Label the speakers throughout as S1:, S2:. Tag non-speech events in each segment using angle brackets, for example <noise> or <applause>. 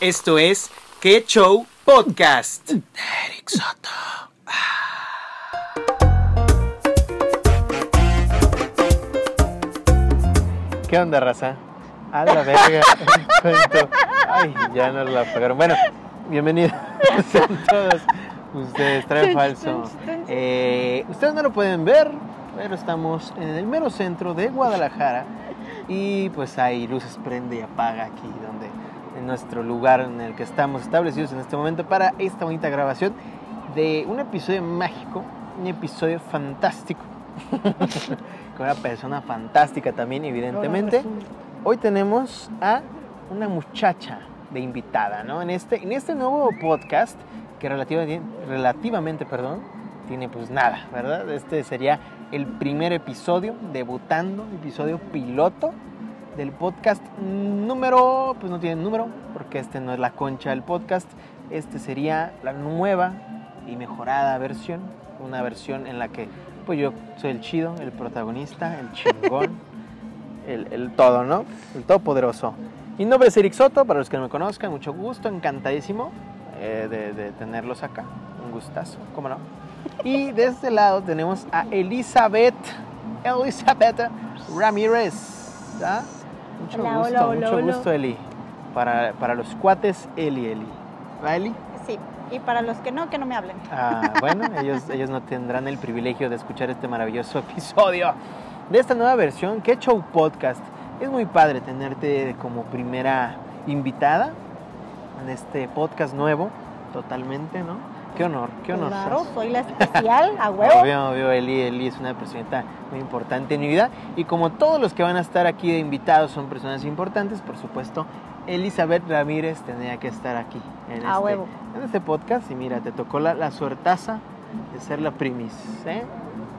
S1: Esto es Que Show Podcast.
S2: Eric Soto.
S3: ¿Qué onda, raza? A la verga, <laughs> el cuento. Ay, ya nos la pagaron. Bueno, bienvenidos <laughs> a todos ustedes. Trae falso. Eh, ustedes no lo pueden ver, pero estamos en el mero centro de Guadalajara. Y pues hay luces prende y apaga aquí, donde en nuestro lugar en el que estamos establecidos en este momento para esta bonita grabación de un episodio mágico, un episodio fantástico. <laughs> Con una persona fantástica también, evidentemente. Hoy tenemos a una muchacha de invitada, ¿no? En este, en este nuevo podcast, que relativamente, relativamente, perdón, tiene pues nada, ¿verdad? Este sería el primer episodio, debutando, episodio piloto del podcast número, pues no tiene número, porque este no es la concha del podcast, este sería la nueva y mejorada versión, una versión en la que pues yo soy el chido, el protagonista, el chingón, el, el todo, ¿no? El todopoderoso. Mi nombre es Eric Soto, para los que no me conozcan, mucho gusto, encantadísimo eh, de, de tenerlos acá, un gustazo, ¿cómo no? Y de este lado tenemos a Elizabeth, Elizabeth Ramírez. ¿ah? Mucho
S4: Hola,
S3: gusto,
S4: hola, hola,
S3: mucho
S4: hola.
S3: gusto, Eli. Para, para los cuates, Eli, Eli. ¿Va, Eli?
S4: Sí, y para los que no, que no me hablen.
S3: Ah, bueno, ellos, ellos no tendrán el privilegio de escuchar este maravilloso <laughs> episodio de esta nueva versión, que Show Podcast. Es muy padre tenerte como primera invitada en este podcast nuevo, totalmente, ¿no? Qué honor, qué honor.
S4: Claro,
S3: Sas.
S4: soy la especial, a
S3: <laughs>
S4: huevo.
S3: Obvio, obvio, Eli, Eli es una personita muy importante en mi vida. Y como todos los que van a estar aquí de invitados son personas importantes, por supuesto, Elizabeth Ramírez tenía que estar aquí en,
S4: A
S3: este,
S4: huevo.
S3: en este podcast. Y mira, te tocó la, la suertaza de ser la primis, ¿eh?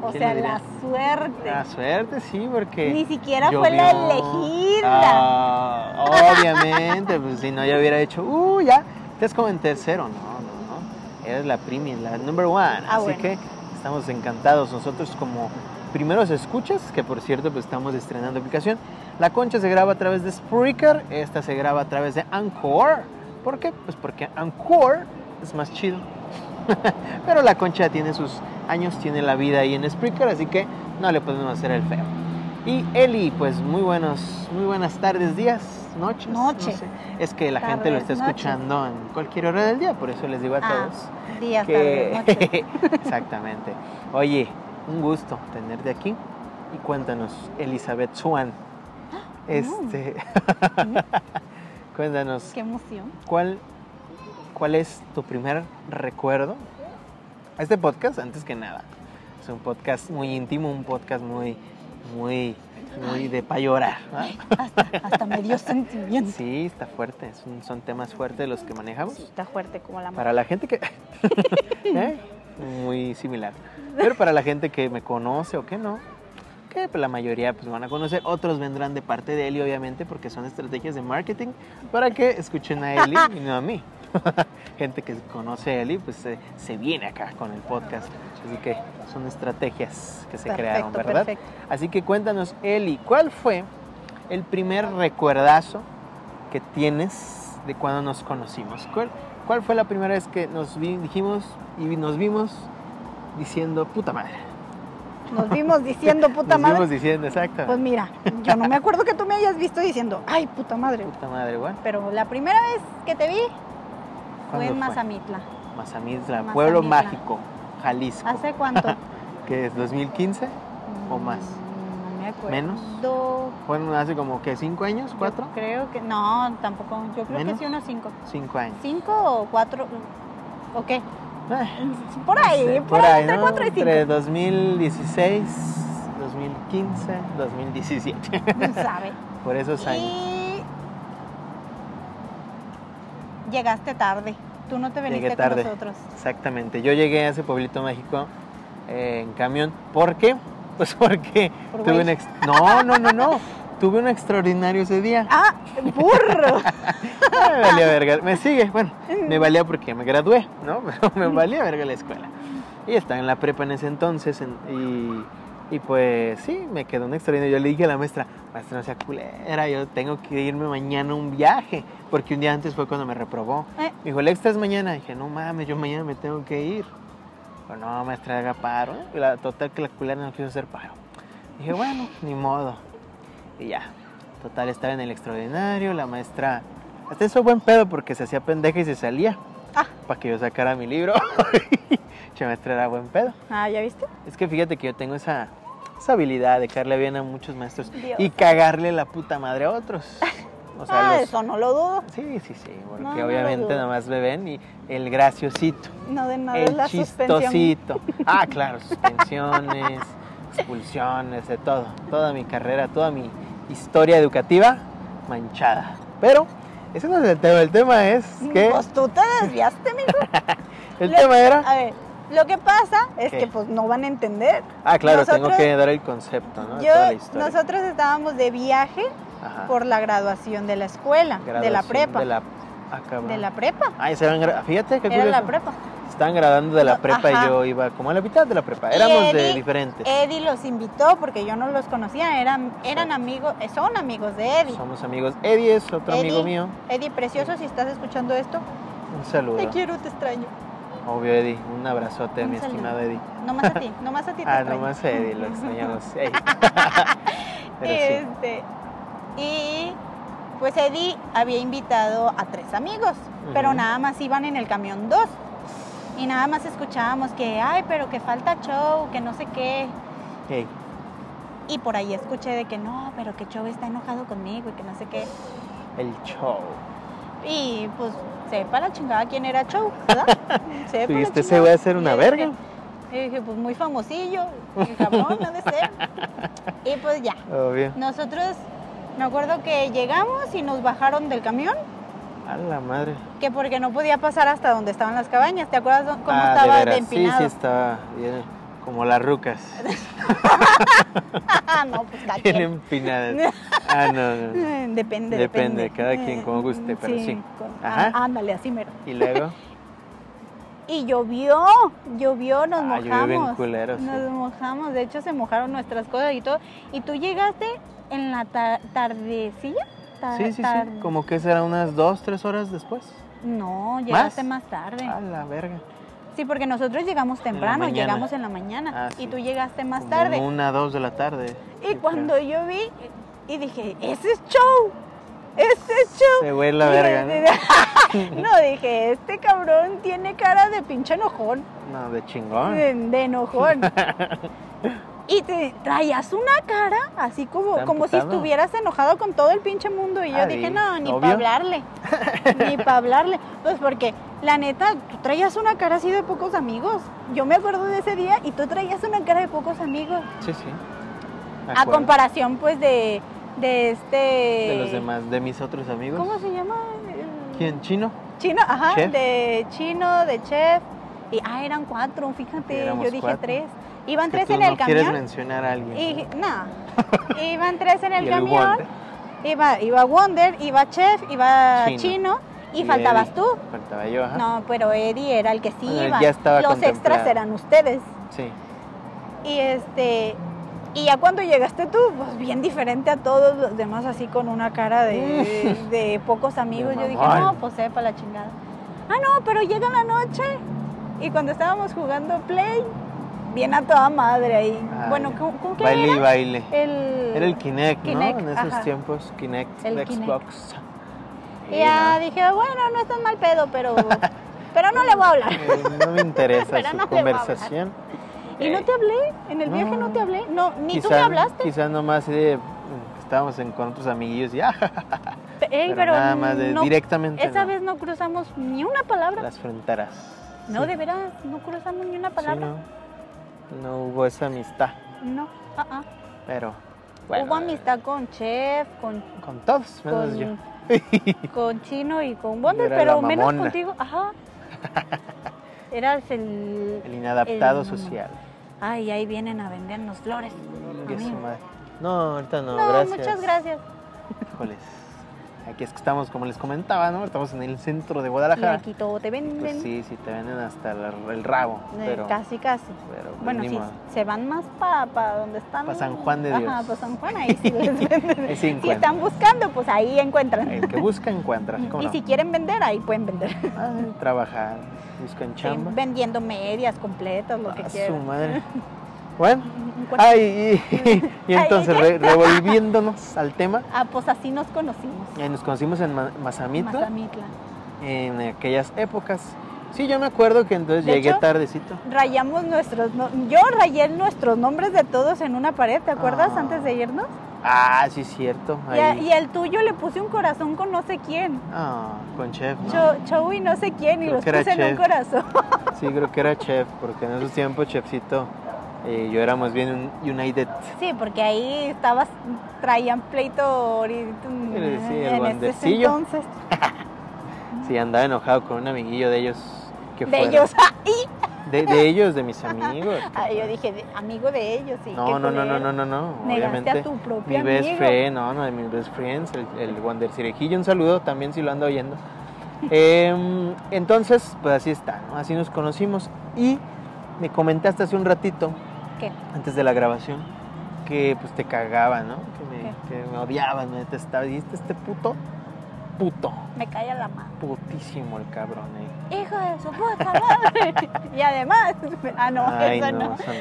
S4: O
S3: ¿Quién Ah,
S4: sea,
S3: lo diría?
S4: la suerte.
S3: La suerte, sí, porque...
S4: Ni siquiera
S3: llovió.
S4: fue la elegida.
S3: Ah, obviamente, pues si no, ya hubiera dicho, uh, ya, te es como en tercero, no, no, no, eres la premium, la number one,
S4: Ah,
S3: así
S4: bueno.
S3: que estamos encantados nosotros como primeros escuchas, que por cierto, pues estamos estrenando aplicación. La concha se graba a través de Spreaker, esta se graba a través de Anchor, ¿por qué? Pues porque Anchor es más chido. <laughs> Pero la concha tiene sus años, tiene la vida ahí en Spreaker, así que no le podemos hacer el feo. Y Eli, pues muy buenos, muy buenas tardes, días, noches. no
S4: Noche.
S3: sé. Es que la gente lo está
S4: Tardes, noches.
S3: escuchando en cualquier hora del día, por eso les digo a
S4: Ah,
S3: todos
S4: Días, tardes,
S3: <laughs>
S4: noches.
S3: que exactamente. Oye, un gusto tenerte aquí y cuéntanos, Elizabeth Swan.
S4: Ah,
S3: Este, <laughs> cuéntanos
S4: Qué emoción.
S3: ¿Cuál, ¿Cuál es tu primer recuerdo? Este podcast, antes que nada, es un podcast muy íntimo, un podcast muy, muy, muy de pa' llorar. ¿no?
S4: Hasta, hasta me dio sentimiento.
S3: Sí, está fuerte, son, son temas fuertes los que manejamos.
S4: Sí, está fuerte como la mano.
S3: Para la gente que... <laughs> ¿eh? Muy similar. Pero para la gente que me conoce o que no, que pues, la mayoría pues, me van a conocer, otros vendrán de parte de Eli, obviamente, porque son estrategias de marketing para que escuchen a
S4: <laughs>
S3: Eli y no a mí. <laughs> gente que conoce a Eli, pues se, se viene acá con el podcast. Así que son estrategias que se crearon, ¿verdad?
S4: perfecto.
S3: Así que cuéntanos, Eli, ¿cuál fue el primer recuerdazo que tienes de cuando nos conocimos? ¿Cuál, cuál fue la primera vez que nos vi- dijimos y nos vimos diciendo puta madre?
S4: Nos
S3: <laughs>
S4: vimos diciendo, puta
S3: nos
S4: madre.
S3: vimos diciendo, exacto.
S4: Pues mira, yo no me acuerdo que tú me hayas visto diciendo, ay, puta madre.
S3: puta madre, güey.
S4: Pero la primera vez que te vi fue
S3: ¿Cuándo
S4: en
S3: fue?
S4: Mazamitla.
S3: Mazamitla, pueblo
S4: Mazamitla. Ah.
S3: mágico, Jalisco.
S4: ¿Hace cuánto?
S3: ¿Qué es? ¿2015? ¿O más?
S4: Mm, No me acuerdo.
S3: ¿Menos? Bueno, hace como que cinco años,
S4: Yo
S3: cuatro,
S4: creo que, no, tampoco. Yo creo
S3: ¿Menos?
S4: que sí, unos cinco.
S3: cinco años.
S4: ¿Cinco o cuatro? ¿O qué? <laughs>
S3: Ay.
S4: Por ahí,
S3: Sí,
S4: por, ahí, entre
S3: ¿no?
S4: cuatro y
S3: Entre
S4: cinco.
S3: 2016, 2015, 2017.
S4: <laughs>
S3: <laughs>
S4: No sabe.
S3: Por esos años.
S4: Y llegaste tarde. Tú no te
S3: Llegué
S4: viniste
S3: tarde.
S4: con nosotros.
S3: Exactamente. Yo llegué a ese pueblito mágico eh, en camión. ¿Por qué? Pues <laughs> porque
S4: Por
S3: tuve
S4: güey.
S3: un ex- No, no, no, no. Tuve un extraordinario ese día.
S4: ¡Ah!
S3: <laughs>
S4: ¡Burro!
S3: Me valía verga. Me sigue. Bueno, me valía porque me gradué, <laughs> ¿no? Pero me valía verga la escuela. Y estaba en la prepa en ese entonces en- y Y pues sí, me quedó un extraño. Yo le dije a la maestra, maestra, no sea culera, yo tengo que irme mañana a un viaje, porque un día antes fue cuando me reprobó.
S4: Eh.
S3: Me dijo, el extra es mañana. dije, no mames, yo mañana me tengo que ir. Pero no, maestra, haga paro. La, total que la culera no quiso hacer paro. Dije, bueno, ni modo. Y ya, total, estaba en el extraordinario, la maestra... Hasta eso buen pedo porque se hacía pendeja y se salía.
S4: Ah.
S3: Para que yo sacara mi libro. <laughs> Che, maestra era buen pedo.
S4: Ah, ¿ya viste?
S3: Es que fíjate que yo tengo esa, esa habilidad de caerle bien a muchos maestros
S4: Dios.
S3: y cagarle la puta madre a
S4: <laughs>
S3: otros. O sea,
S4: ah,
S3: los-
S4: eso no lo dudo.
S3: Sí, sí, sí, porque
S4: No, no lo
S3: obviamente
S4: dudo.
S3: nomás me ven y el graciosito,
S4: No de nada es
S3: el
S4: la suspensión.
S3: chistosito. Ah, claro, suspensiones, expulsiones, de todo. Toda mi carrera, toda mi historia educativa manchada. Pero ese no es el tema, el tema es que...
S4: Pues tú te desviaste, mijo.
S3: El
S4: le-
S3: tema era...
S4: A ver, lo que pasa es
S3: ¿Qué?
S4: que pues no van a entender.
S3: Ah, claro, tengo
S4: nosotros-
S3: que dar el concepto, ¿no? De
S4: Yo,
S3: Ah, toda la historia.
S4: nosotros estábamos de viaje
S3: Ajá.
S4: por la graduación de la escuela, de la
S3: Graduación
S4: prepa.
S3: De la, ah, cabrón.
S4: De la prepa.
S3: Ay, se van gra- Fíjate qué
S4: Era
S3: curioso.
S4: la prepa.
S3: Estaban grabando de la
S4: No,
S3: prepa
S4: ajá.
S3: y yo iba como a la mitad de la prepa. Éramos de
S4: Eric-
S3: diferentes.
S4: Eddie los invitó porque yo no los conocía, eran, eran amigos, eh, son amigos de Eddie.
S3: Somos amigos. Eddie es otro amigo
S4: Eddie.
S3: mío.
S4: Eddie, precioso, si estás escuchando esto,
S3: Un saludo.
S4: te quiero, te extraño.
S3: Obvio, Eddie. Un abrazote,
S4: Un
S3: mi
S4: saludo.
S3: estimado Eddie.
S4: No más a ti, no más a ti.
S3: <laughs>
S4: te
S3: Ah,
S4: extraño.
S3: nomás a Eddie, lo extrañamos.
S4: <laughs>
S3: Ey. Pero sí.
S4: Este, y pues Eddie había invitado a tres amigos, pero
S3: Ujú.
S4: nada más iban en el camión dos. Y nada más escuchábamos que, ay, pero que falta show, que no sé qué.
S3: Ey.
S4: Y por ahí escuché de que no, pero que show está enojado conmigo y que no sé qué.
S3: El show.
S4: Y pues sepa la chingada quién era Chow,
S3: <laughs>
S4: ¿verdad? Sepa la
S3: Tuviste ese
S4: chingada.
S3: voy a hacer una
S4: Y dije-
S3: verga.
S4: Y dije, pues muy famosillo, el cabrón, no de
S3: <laughs>
S4: ser. Y pues ya.
S3: Obvio.
S4: Nosotros, me acuerdo que llegamos y nos bajaron del camión,
S3: A la madre.
S4: que porque no podía pasar hasta donde estaban las cabañas. ¿Te acuerdas dó- cómo
S3: Ah,
S4: estaba de,
S3: veras.
S4: empinado?
S3: Sí, sí, estaba bien. Como las rucas.
S4: Ah, <laughs> no, pues cada
S3: <laughs> Bien
S4: quien. <laughs>
S3: empinadas. Ah, no, no, no.
S4: Eh, Depende, depende.
S3: Depende, cada quien como guste, pero sí. Ajá.
S4: Ajá. Ándale, así mero.
S3: Y luego,
S4: Y llovió, llovió, nos
S3: Ah,
S4: mojamos.
S3: llovió bien culero, sí.
S4: Nos mojamos, de hecho se mojaron nuestras cosas y todo. Y tú llegaste en la ta- tardecilla. ta-
S3: sí, sí,
S4: tar-
S3: sí, como que será unas dos, tres horas después.
S4: No, llegaste
S3: ¿Más?
S4: más, tarde.
S3: A la verga.
S4: Sí, porque nosotros llegamos temprano,
S3: mañana.
S4: llegamos en la mañana.
S3: Ah, sí.
S4: Y tú llegaste más
S3: Como
S4: tarde.
S3: Una, dos de la tarde.
S4: Y cuando yo vi, y dije, ese es show. Ese es show.
S3: Se fue la
S4: Dije,
S3: verga,
S4: <laughs> no, dije, este cabrón tiene cara de pinche enojón.
S3: ¿no? No, de chingón.
S4: de,
S3: <laughs>
S4: de enojón. Y te traías una cara así como,
S3: Está
S4: como si
S3: emputado.
S4: estuvieras enojado con todo el pinche mundo. Y yo
S3: Ah,
S4: dije,
S3: sí,
S4: no, ni
S3: obvio.
S4: para
S3: <laughs>
S4: hablarle. ni para hablarle. Pues porque, la neta, tú traías una cara así de pocos amigos. Yo me acuerdo de ese día y tú traías una cara de pocos amigos.
S3: Sí, sí. Me
S4: A
S3: acuerdo
S4: comparación, pues, de, de este.
S3: De los demás, de mis otros amigos.
S4: ¿Cómo se llama? El-
S3: ¿Quién? ¿Chino?
S4: Chino, ajá,
S3: Chef.
S4: de chino, de chef. Y, ah, eran cuatro, fíjate,
S3: Éramos
S4: yo dije
S3: cuatro.
S4: tres. Iban
S3: Que
S4: tres
S3: tú
S4: en el
S3: no quieres
S4: camión.
S3: mencionar a alguien.
S4: Y,
S3: ¿no? <laughs>
S4: no, iban tres en el
S3: Y
S4: camión.
S3: Wonder.
S4: iba, iba Wonder, iba Chef, iba
S3: Chino.
S4: Chino, y, faltabas
S3: Eddie.
S4: tú.
S3: Faltaba yo, ajá.
S4: No, pero Eddie era el que sí
S3: Bueno, él
S4: iba.
S3: ya estaba
S4: Los extras
S3: contemplado.
S4: eran ustedes.
S3: Sí.
S4: Y este. Y ya cuando llegaste tú, pues bien diferente a todos los demás, así con una cara de,
S3: Mm.
S4: de pocos amigos.
S3: De
S4: Yo dije,
S3: mamón.
S4: no, pues sepa la chingada. Ah, no, pero llega la noche. Y cuando estábamos jugando Play, bien a toda madre ahí.
S3: Ah,
S4: bueno,
S3: ya.
S4: ¿con, con qué
S3: Baile y
S4: era?
S3: baile.
S4: El,
S3: Era el Kinect,
S4: Kinect,
S3: ¿no? En esos
S4: ajá.
S3: tiempos, Kinect
S4: El
S3: de
S4: Kinect.
S3: Xbox.
S4: Y
S3: Sí,
S4: ya
S3: no.
S4: dije, bueno, no es tan mal pedo, pero, pero no le voy a hablar.
S3: Eh, no me interesa
S4: <laughs> Pero
S3: su
S4: no le voy a
S3: conversación.
S4: Y no te hablé, en el viaje no te hablé. No, ni tú me
S3: Quizá-
S4: hablaste.
S3: Quizá nomás eh, estábamos en, con otros amiguillos y ah,
S4: Ey,
S3: pero
S4: pero,
S3: nada más de-
S4: no-
S3: directamente
S4: Esa
S3: no.
S4: vez no cruzamos ni una palabra.
S3: las fronteras.
S4: No,
S3: Sí.
S4: de veras, no cruzamos ni una
S3: Sí,
S4: palabra.
S3: no, no hubo esa amistad,
S4: no, ah, ah.
S3: pero bueno,
S4: Hubo amistad con Chef, con,
S3: con todos, menos
S4: con-
S3: yo.
S4: <laughs> con Chino y con
S3: Yo
S4: Wonder,
S3: era
S4: pero
S3: la
S4: menos
S3: mamona.
S4: contigo.
S3: <laughs>
S4: Ajá. Eras el...
S3: El inadaptado
S4: El-
S3: social.
S4: Ay, ahí vienen a vendernos flores.
S3: Chingue su
S4: amigo.
S3: madre. No, ahorita no,
S4: no,
S3: gracias.
S4: muchas gracias.
S3: Híjoles. Aquí es que estamos, como les comentaba, ¿no? Estamos en el centro de
S4: Y
S3: Guadalajara.
S4: aquí todo te venden.
S3: Pues sí, sí, te venden hasta la- el rabo.
S4: Eh,
S3: Pero,
S4: casi, casi.
S3: pero pues,
S4: Bueno,
S3: ni
S4: sí,
S3: modo.
S4: se van más para donde están.
S3: Pa' San Juan de
S4: Ajá,
S3: Dios.
S4: para San Juan, ahí
S3: <laughs>
S4: sí les venden.
S3: Ahí sí
S4: si
S3: encuentran.
S4: están buscando, pues ahí encuentran.
S3: El que busca encuentra. ¿cómo
S4: y Ah.
S3: no?
S4: si quieren vender, ahí pueden vender. Sí,
S3: Ay, trabajar, buscan chamba.
S4: vendiendo medias, completas, lo que
S3: A su
S4: quieran. <laughs>
S3: madre. Bueno,
S4: Encuentran-
S3: ay, y, y
S4: <laughs>
S3: entonces re- revolviéndonos al tema,
S4: Ah, pues así nos conocimos.
S3: eh, nos conocimos en Ma- Mazamitla,
S4: Mazamitla.
S3: en aquellas épocas. Sí, yo me acuerdo que entonces
S4: De
S3: llegué
S4: hecho,
S3: tardecito.
S4: Rayamos nuestros. no- yo rayé nuestros nombres de todos en una pared, ¿te acuerdas?
S3: Ah.
S4: Antes de irnos.
S3: Ah, sí, cierto.
S4: Y, a-
S3: Ahí.
S4: y el tuyo le puse un corazón con no sé quién.
S3: Ah, con chef. ¿no?
S4: Cho- Chou y no sé quién, y
S3: Creo
S4: los
S3: que era
S4: puse en un
S3: chef.
S4: corazón. <laughs>
S3: Sí, creo que era chef, porque en esos tiempos chefcito eh, yo era más bien un United.
S4: Sí, porque ahí estabas, traían pleito ahorita, mm,
S3: Quiere decir, el
S4: en ese
S3: bandecillo.
S4: entonces.
S3: Sí, andaba enojado con un amiguillo de ellos. Que
S4: De
S3: fuera.
S4: ellos, <laughs>
S3: De, de ellos, de mis amigos.
S4: Ah, yo dije, de- amigo de ellos, sí.
S3: No, no, no, no, no, no, no.
S4: Negaste a
S3: Obviamente.
S4: tu propio
S3: Mi best
S4: amigo.
S3: friend, no, no, de mis best friends, el, el Wander Cirejillo, un saludo también si lo anda
S4: <laughs>
S3: oyendo. Em, entonces, pues así está, ¿no? así nos conocimos y me comentaste hace un ratito,
S4: ¿Qué?
S3: antes de la grabación, que pues te cagaba, ¿no? Que me,
S4: ¿Qué?
S3: que me odiabas, me detestabas, dijiste este puto, puto,
S4: Me calla la mano.
S3: putísimo el cabrón, eh.
S4: Hijo de su puta madre. y además, ah, no,
S3: Ay,
S4: eso
S3: no,
S4: no.
S3: eso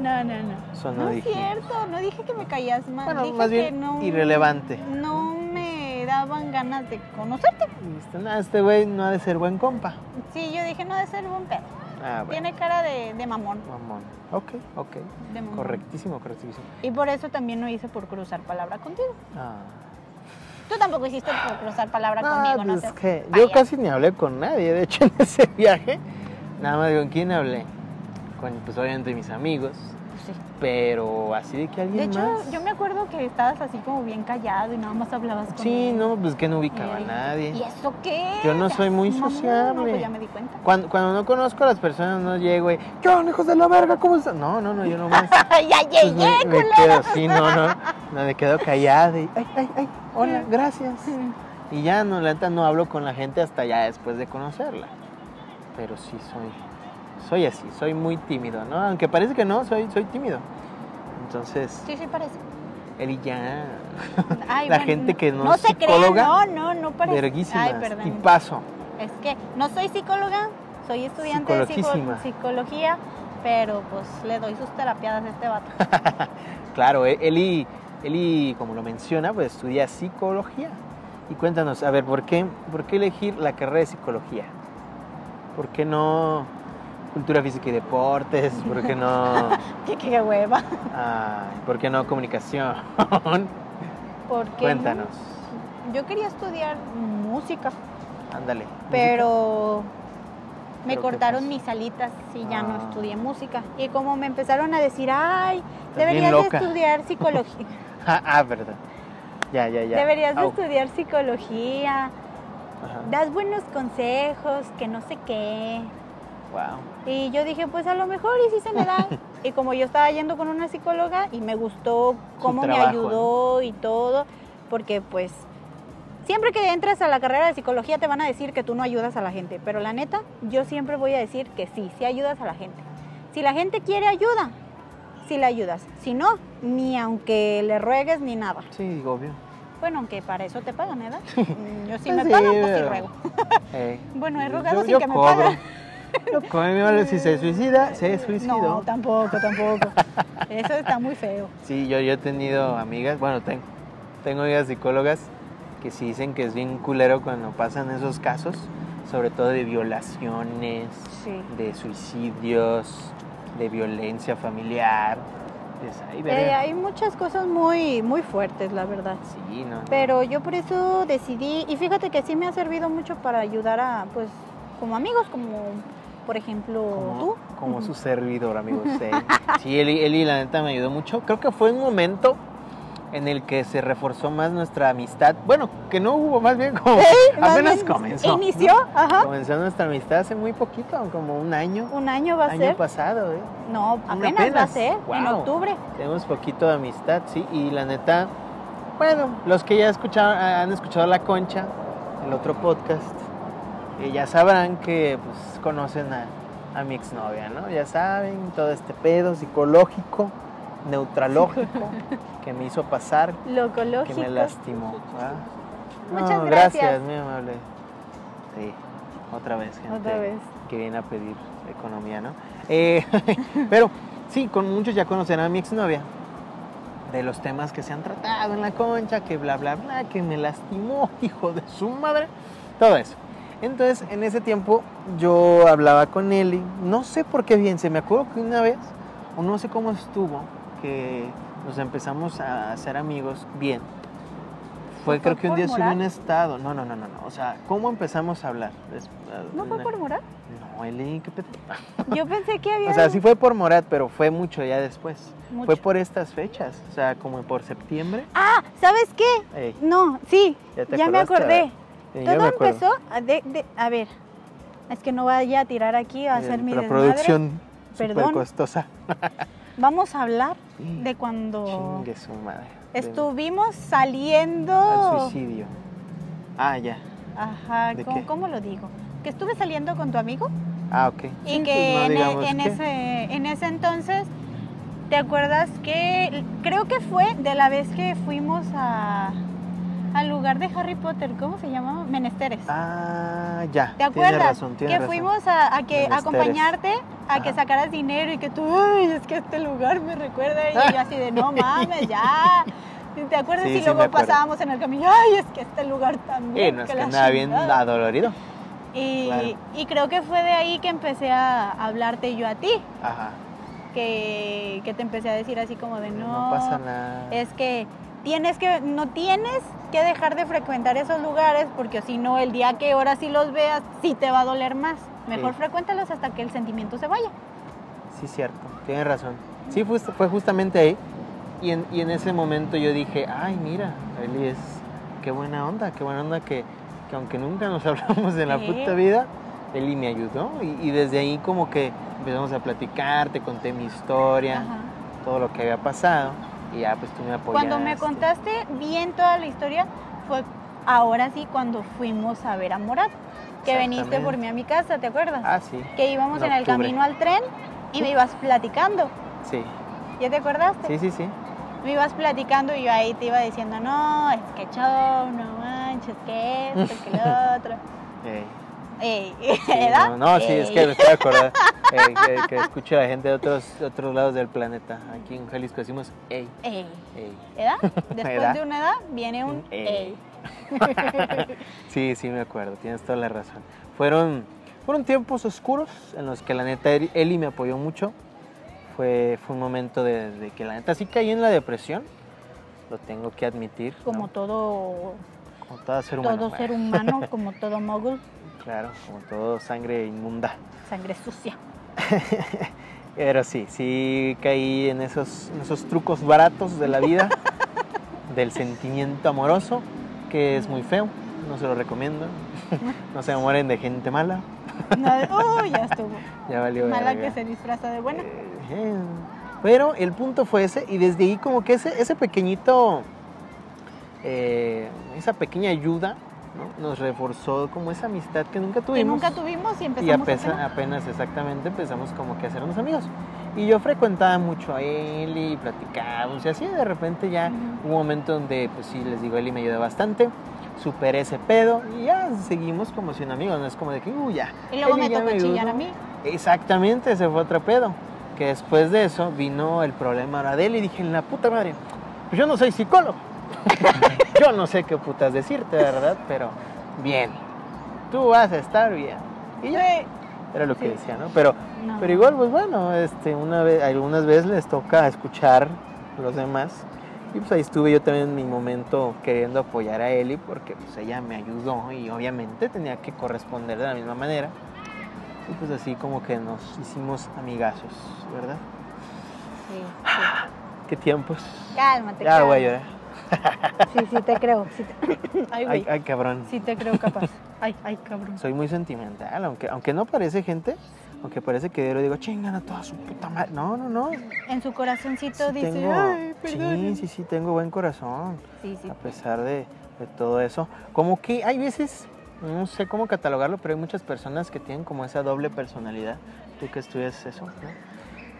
S3: no,
S4: No, no, no.
S3: eso no
S4: No es
S3: dije.
S4: cierto, no dije que me callas mal.
S3: Bueno,
S4: dije
S3: más
S4: que
S3: bien
S4: no,
S3: irrelevante.
S4: No me daban ganas de conocerte.
S3: Dijiste, "Nah, este güey no ha de ser buen compa.
S4: Sí, yo dije, no, de ser buen pedo.
S3: Ah, bueno.
S4: Tiene cara de, de mamón.
S3: Mamón. Ok, ok.
S4: de mamón.
S3: Correctísimo, correctísimo.
S4: Y por eso también no hice por cruzar palabra contigo.
S3: Ah.
S4: Tú tampoco hiciste por cruzar palabra conmigo, no
S3: pues
S4: sé.
S3: es que yo casi ni hablé con nadie, de hecho, <laughs> en ese viaje. Nada más con quién hablé. Con, pues obviamente mis amigos, pero así de que
S4: De
S3: alguien
S4: hecho,
S3: más.
S4: yo me acuerdo que estabas así como bien callado y nada más hablabas con
S3: Sí,
S4: él.
S3: no, pues que no
S4: Y yo
S3: ubicaba a
S4: dije,
S3: nadie.
S4: ¿Y eso qué?
S3: Yo no
S4: Ya
S3: soy muy
S4: mamón,
S3: sociable.
S4: No, pues ya me di cuenta.
S3: Cuando, cuando no conozco a las personas, no llego y, ¿qué onda, hijos de la verga? ¿Cómo están? No, no, no, yo no más.
S4: ya
S3: Pues
S4: <laughs> llegué,
S3: me, me
S4: culero.
S3: quedo así, no, no, no, me quedo callada y, ay, ay, ay,
S4: <laughs>
S3: hola, gracias.
S4: Mm,
S3: Y ya no, la neta no hablo con la gente hasta ya después de conocerla. Pero sí soy, soy así, soy muy tímido, ¿no? Aunque parece que no, soy, soy tímido. Entonces,
S4: Sí, sí, parece.
S3: él y ya,
S4: Ay,
S3: La
S4: bueno,
S3: gente que no
S4: no
S3: es
S4: se crean,
S3: psicóloga,
S4: no, no, no parece.
S3: verguísimas,
S4: Ay, perdón.
S3: y paso.
S4: Es que no soy psicóloga, soy estudiante de psico-
S3: Psicoloquísima.
S4: psicología, pero pues le doy sus terapiadas a este vato. <laughs>
S3: Claro, e- Eli, Eli, como lo menciona, pues estudia psicología. Y cuéntanos, a ver, ¿por qué, por qué elegir la carrera de psicología? ¿Por qué no cultura física y deportes? ¿Por qué
S4: <laughs>
S3: no,
S4: Qué, qué hueva.
S3: ah, ¿por qué no comunicación?
S4: Porque no?
S3: cuéntanos.
S4: Yo quería estudiar música,
S3: Ándale.
S4: pero me
S3: ¿Pero qué
S4: cortaron
S3: pasó?
S4: mis alitas y ya no
S3: Ah.
S4: estudié música. Y como me empezaron a decir, ay,
S3: Estás bien
S4: deberías de
S3: loca".
S4: estudiar psicología,
S3: música. Ah, <laughs> ah, verdad. Ya, <laughs> ya, ya.
S4: deberías de
S3: Au.
S4: estudiar psicología,
S3: Ajá.
S4: das buenos consejos, que no sé qué.
S3: Wow.
S4: Y yo dije, pues a lo mejor y sí se
S3: <laughs>
S4: me da. y como yo estaba yendo con una psicóloga y me gustó cómo
S3: trabajo,
S4: me ayudó y todo, porque pues siempre que entres a la carrera de psicología te van a decir que tú no ayudas a la gente, pero la neta, yo siempre voy a decir que sí, sí ayudas a la gente. Si la gente quiere ayuda, sí la ayudas. Si no, ni aunque le ruegues ni nada.
S3: Sí, obvio.
S4: Bueno, aunque para eso te
S3: <laughs>
S4: pagan, ¿verdad? Mm, Yo sí
S3: Pues
S4: me
S3: sí,
S4: pagan, pues sí
S3: pero-
S4: ruego.
S3: Eh,
S4: Bueno, he
S3: yo-
S4: rogado
S3: yo-
S4: sin
S3: yo
S4: que me
S3: cobro.
S4: paguen.
S3: <laughs> Yo cobro, mi vale, si se suicida, se suicidó.
S4: No, tampoco,
S3: <laughs>
S4: tampoco. Eso está muy feo.
S3: Sí, yo, yo he tenido amigas, bueno, tengo, tengo amigas psicólogas que sí dicen que es bien culero cuando pasan esos casos, sobre todo de violaciones,
S4: Sí.
S3: de suicidios, de violencia familiar. Dices, "Ay,
S4: Eh,
S3: verga".
S4: hay muchas cosas muy, muy fuertes, la verdad.
S3: Sí, no, no.
S4: Pero yo por eso decidí, y fíjate que sí me ha servido mucho para ayudar a, pues, como amigos, como por ejemplo
S3: como,
S4: tú.
S3: como su servidor, amigos.
S4: <laughs>
S3: eh. Sí, Eli, Eli, la neta me ayudó mucho. Creo que fue un momento en el que se reforzó más nuestra amistad. Bueno, que no hubo, más bien como <laughs>
S4: Más
S3: apenas
S4: bien,
S3: comenzó. ¿no?
S4: Inició, ajá.
S3: Comenzó nuestra amistad hace muy poquito, como un año.
S4: Un año va a
S3: año
S4: ser.
S3: pasado, ¿eh?
S4: No, apenas, va a
S3: apenas.
S4: ser, en
S3: Guau.
S4: octubre.
S3: Tenemos poquito de amistad, sí, y la neta, Bueno, los que ya escucharon, han escuchado La Concha, el otro podcast, eh, ya sabrán que pues, conocen a, a mi exnovia, ¿no? Ya saben, todo este pedo psicológico,
S4: <laughs>
S3: neutralógico, que me hizo pasar,
S4: Loco,
S3: que
S4: lógico.
S3: me lastimó. ¿verdad?
S4: Muchas
S3: No,
S4: gracias.
S3: muy amable. Sí, otra vez, gente.
S4: Otra vez.
S3: Que viene a pedir economía, ¿no? Eh, <laughs> pero sí, con muchos ya conocerán a mi exnovia. De los temas que se han tratado en la concha, que bla, bla, bla, que me lastimó, <laughs> hijo de su madre. Todo eso. Entonces, en ese tiempo yo hablaba con Eli. No sé por qué bien, se me acuerdo que una vez, o no sé cómo estuvo, que nos empezamos a hacer amigos bien. Fue
S4: ¿Fue
S3: creo que un
S4: por
S3: día subí
S4: moral?
S3: un estado. No, no, no, no, no. O sea, ¿cómo empezamos a hablar? Es-
S4: ¿No fue por Morat?
S3: No, Eli, qué pedo.
S4: Yo pensé que había
S3: O sea, sí fue por Morat, pero fue mucho ya después.
S4: mucho.
S3: Fue por estas fechas, o sea, como por septiembre.
S4: Ah, ¿sabes qué?
S3: Ey,
S4: No, sí,
S3: ya te
S4: ya me
S3: acordaste,
S4: acordé.
S3: eh, ya
S4: Todo
S3: me acuerdo.
S4: empezó a, de- de- a ver, es que no vaya a tirar aquí a hacer
S3: Eh,
S4: mi
S3: La
S4: desmadre.
S3: producción súper
S4: Perdón.
S3: costosa.
S4: Vamos a hablar de cuando
S3: Chingue su madre. De-
S4: estuvimos
S3: Al
S4: saliendo.
S3: suicidio. Ah, ya.
S4: Ajá,
S3: ¿De qué?
S4: ¿cómo, cómo lo digo? Que estuve saliendo con tu amigo
S3: Ah, ok.
S4: y
S3: Sí, pues
S4: que
S3: no
S4: en, e-
S3: digamos
S4: en
S3: qué.
S4: ese, en ese entonces, ¿te acuerdas que creo que fue de la vez que fuimos a, al lugar de Harry Potter, ¿cómo se llamaba? Menesteres.
S3: Ah, ya.
S4: ¿Te
S3: Tienes
S4: acuerdas?
S3: razón, tienes
S4: que
S3: razón.
S4: fuimos a, a que, a
S3: Menesteres.
S4: acompañarte a que
S3: Ajá.
S4: sacaras dinero y que tú, ay, es que este lugar me recuerda. Y yo así de,
S3: <laughs>
S4: no mames, ya. ¿Y ¿Te acuerdas?
S3: Sí,
S4: y
S3: sí
S4: luego
S3: me acuerdo.
S4: pasábamos en el camino, ay, es que este lugar también.
S3: Y no es
S4: que
S3: que
S4: la
S3: andaba bien
S4: chingada".
S3: adolorido.
S4: Y,
S3: claro.
S4: y creo que fue de ahí que empecé a hablarte yo a ti,
S3: Ajá.
S4: que, que te empecé a decir así como de, no,
S3: No pasa nada.
S4: es que tienes que, no tienes que dejar de frecuentar esos lugares porque si no, el día que ahora sí los veas, sí te va a doler más. Mejor
S3: Sí.
S4: frecuéntalos hasta que el sentimiento se vaya.
S3: Sí, cierto, tienes razón. Sí, fue, fue justamente ahí. Y en, y en ese momento yo dije, ay, mira, Eli es, qué buena onda, qué buena onda que, que aunque nunca nos <laughs> hablamos en la
S4: Sí.
S3: puta vida, Eli me ayudó. Y, y desde ahí como que empezamos a platicar, te conté mi historia,
S4: Ajá.
S3: todo lo que había pasado. Y ya, pues tú me apoyaste.
S4: Cuando me contaste bien toda la historia, fue ahora sí cuando fuimos a ver a Morat, que viniste
S3: Exactamente.
S4: por mí a mi casa, ¿te acuerdas?
S3: Ah, sí,
S4: que íbamos
S3: en
S4: en el
S3: octubre.
S4: camino al tren y me ibas platicando.
S3: sí,
S4: ¿Ya te acordaste?
S3: sí, sí, sí.
S4: Me ibas platicando y yo ahí te iba diciendo, no, es que chau, no manches, que esto,
S3: <laughs>
S4: que lo otro.
S3: Ey.
S4: Ey,
S3: Eh,
S4: <laughs>
S3: Sí,
S4: ¿verdad?
S3: no, no, sí, es que
S4: Ey.
S3: me estoy
S4: <laughs>
S3: acordando eh, que, que escucho a la gente de otros, de otros lados del planeta. Aquí en Jalisco decimos, ey,
S4: Ey,
S3: ey. <laughs>
S4: ¿Edad? Después
S3: ¿Edad?
S4: de una edad viene un
S3: Un
S4: ey.
S3: ey. <laughs> Sí, sí, me acuerdo, tienes toda la razón. Fueron, fueron tiempos oscuros en los que la neta Eli- Eli me apoyó mucho. Fue, fue un momento de, de que la neta sí caí en la depresión. Lo tengo que admitir. ¿no?
S4: <laughs> Como todo,
S3: Como todo ser humano. pues.
S4: todo ser humano, como todo mogul,
S3: Claro, como todo sangre inmunda.
S4: sangre
S3: <laughs>
S4: sucia.
S3: Pero sí, sí caí en esos, en esos trucos baratos de la
S4: <laughs>
S3: vida, del sentimiento amoroso, que es muy feo, no se lo
S4: <laughs>
S3: recomiendo. No se enamoren de gente mala,
S4: No, uy, ya estuvo.
S3: ya valió.
S4: Mala
S3: verga.
S4: que se disfraza de buena.
S3: Eh, Pero el punto fue ese, y desde ahí como que ese, ese pequeñito, eh, esa pequeña ayuda, ¿no? nos reforzó como esa amistad que nunca
S4: Que
S3: tuvimos.
S4: nunca tuvimos y
S3: Y
S4: empezamos a
S3: apenas,
S4: cenar.
S3: apenas exactamente empezamos como que a hacernos amigos. Y yo frecuentaba mucho a Eli, platicábamos y así de repente ya
S4: Ujú.
S3: un momento donde, pues sí, les digo, Eli me ayuda bastante, superé ese pedo y ya seguimos como sin amigos, no es como de que, uy, ya.
S4: Y luego
S3: Eli
S4: me
S3: ya
S4: tocó chillar
S3: ayudó".
S4: a mí.
S3: Exactamente, ese fue otro pedo. Que después de eso vino el problema ahora de él y dije, la puta madre, pues yo no soy psicólogo. <laughs> yo no sé qué putas decirte, ¿verdad? Pero bien, tú vas a estar bien. Y ya, era lo que
S4: Sí.
S3: decía, ¿no? Pero
S4: No.
S3: pero igual, pues bueno, este, una vez, algunas veces les toca escuchar a los demás. Y pues ahí estuve yo también en mi momento queriendo apoyar a Eli porque pues ella me ayudó y obviamente tenía que corresponder de la misma manera. Y pues así como que nos hicimos amigazos, ¿verdad?
S4: Sí, sí.
S3: ¿Qué tiempos?
S4: Cálmate.
S3: Ya voy a
S4: cálmate.
S3: llorar.
S4: Sí, sí, te creo. sí
S3: <coughs>
S4: te- Ay,
S3: Ay,
S4: güey.
S3: ay, cabrón.
S4: Sí, te creo capaz. Ay, ay, cabrón.
S3: Soy muy sentimental, aunque, aunque no parece gente, Aunque parece que lo digo, chingan a toda su puta madre. No, no, no. sí
S4: En su corazoncito dice,
S3: tengo,
S4: ay, perdón.
S3: sí, sí, sí, tengo buen corazón.
S4: Sí, sí.
S3: A pesar de, de todo eso. Como que hay veces, no sé cómo catalogarlo, pero hay muchas personas que tienen como esa doble personalidad. Tú que estudias eso, ¿no?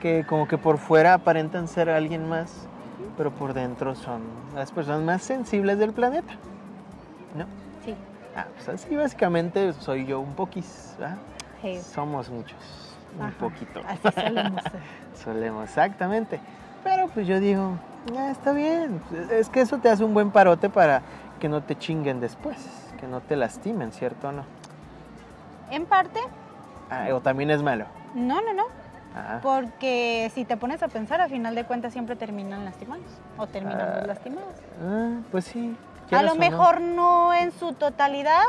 S3: Que como que por fuera aparentan ser alguien más, pero por dentro son las personas más sensibles del planeta. ¿No?
S4: sí.
S3: Ah, pues así básicamente soy yo un poquis, ¿verdad?
S4: Hey.
S3: Somos muchos, un
S4: Ajá,
S3: poquito.
S4: Así solemos ser.
S3: <laughs> Solemos, exactamente. Pero pues yo digo, "Ah, está bien. Es que eso te hace un buen parote para que no te chinguen después, que no te lastimen, ¿cierto o no?
S4: En parte,
S3: Ah, o también es malo.
S4: no, no, no.
S3: Ah,
S4: Porque si te pones a pensar, a final de cuentas siempre terminan lastimados. O terminamos
S3: Ah,
S4: lastimados.
S3: ah, pues sí.
S4: A
S3: quieras o
S4: lo
S3: no.
S4: mejor no en su totalidad,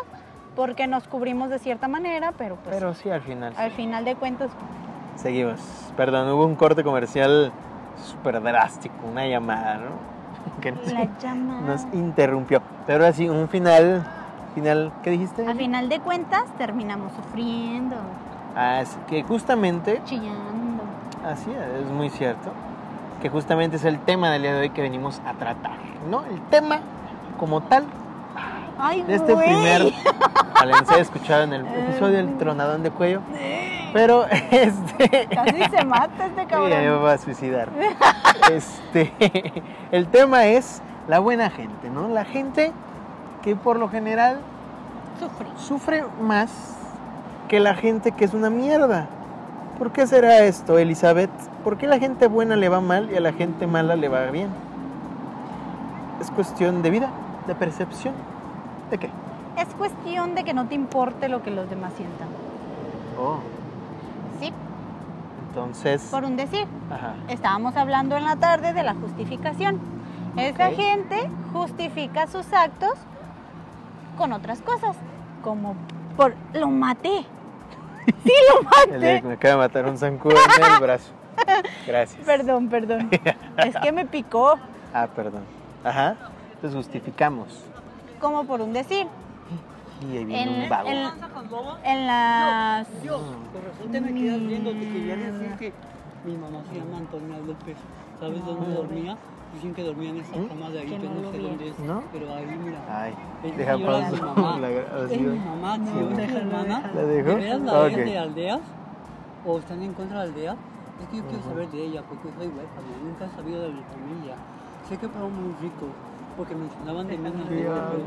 S4: porque nos cubrimos de cierta manera, pero pues
S3: Pero sí, al final.
S4: al
S3: sí.
S4: final
S3: <laughs>
S4: de cuentas,
S3: Seguimos. Perdón, hubo un corte comercial súper drástico, una llamada, ¿no? <laughs> Que nos,
S4: la llama.
S3: nos interrumpió. Pero así, un final. Final, ¿qué dijiste?
S4: Al final de cuentas, terminamos sufriendo,
S3: Ah, sí, que justamente
S4: chillando.
S3: Así es, es muy cierto. Que justamente es el tema del día de hoy que venimos a tratar, ¿no? El tema como tal
S4: Ay,
S3: de este
S4: güey.
S3: primer valencé escuchado en el episodio del tronadón de cuello. Pero <laughs> este...
S4: <laughs> Casi se mata este
S3: Sí, ya me
S4: cabrón.
S3: va a suicidar. <laughs> Este, el tema es la buena gente, ¿no? La gente que por lo general
S4: Sufrí.
S3: sufre más que la gente que es una mierda. ¿Por qué será esto, Elizabeth? ¿Por qué a la gente buena le va mal y a la gente mala le va bien? Es cuestión de vida, de percepción. ¿De qué?
S4: Es cuestión de que no te importe lo que los demás sientan.
S3: Oh,
S4: Sí,
S3: entonces.
S4: por un decir.
S3: Ajá.
S4: Estábamos hablando en la tarde de la justificación. Esa
S3: Ok.
S4: gente justifica sus actos con otras cosas, como por lo maté. Sí, lo
S3: El
S4: maté.
S3: Eric me acaba de matar un zancudo en el <laughs> brazo. Gracias. <laughs>
S4: Perdón, perdón. Es que me picó,
S3: Ah, perdón. Ajá. Entonces justificamos.
S4: como por un decir.
S3: Y ahí viene
S4: En,
S3: un vago.
S4: en- en las...
S2: Dios, con razón te Pues me quedas viendo, te quería
S4: Mm.
S2: decir que mi mamá se llama Antonia López. ¿Sabes dónde dormía? Dicen que dormía en esa
S3: ¿Mm?
S2: cama de ahí,
S4: Ah. ¿Eh? Que no
S2: yo
S4: Ah,
S2: no
S4: lo
S2: sé
S4: vi.
S2: dónde es.
S3: ¿No?
S2: Pero ahí, mira.
S3: Ay,
S2: Es
S3: deja
S2: que yo era
S3: paso
S2: mi
S3: <laughs>
S2: mamá.
S3: la
S2: Es mi
S3: grabación.
S2: mamá,
S3: Sí,
S2: tío,
S3: ¿no?
S2: es hermana.
S3: ¿La
S2: ¿De
S3: dejó?
S2: veras la
S3: Ok.
S2: odian de aldeas? ¿O están en contra de aldeas? Es que yo quiero saber de ella, porque soy huérfano, nunca he sabido de mi familia. Sé que fueron muy ricos, porque mencionaban de mí en las
S3: Diablo.
S2: noticias, pero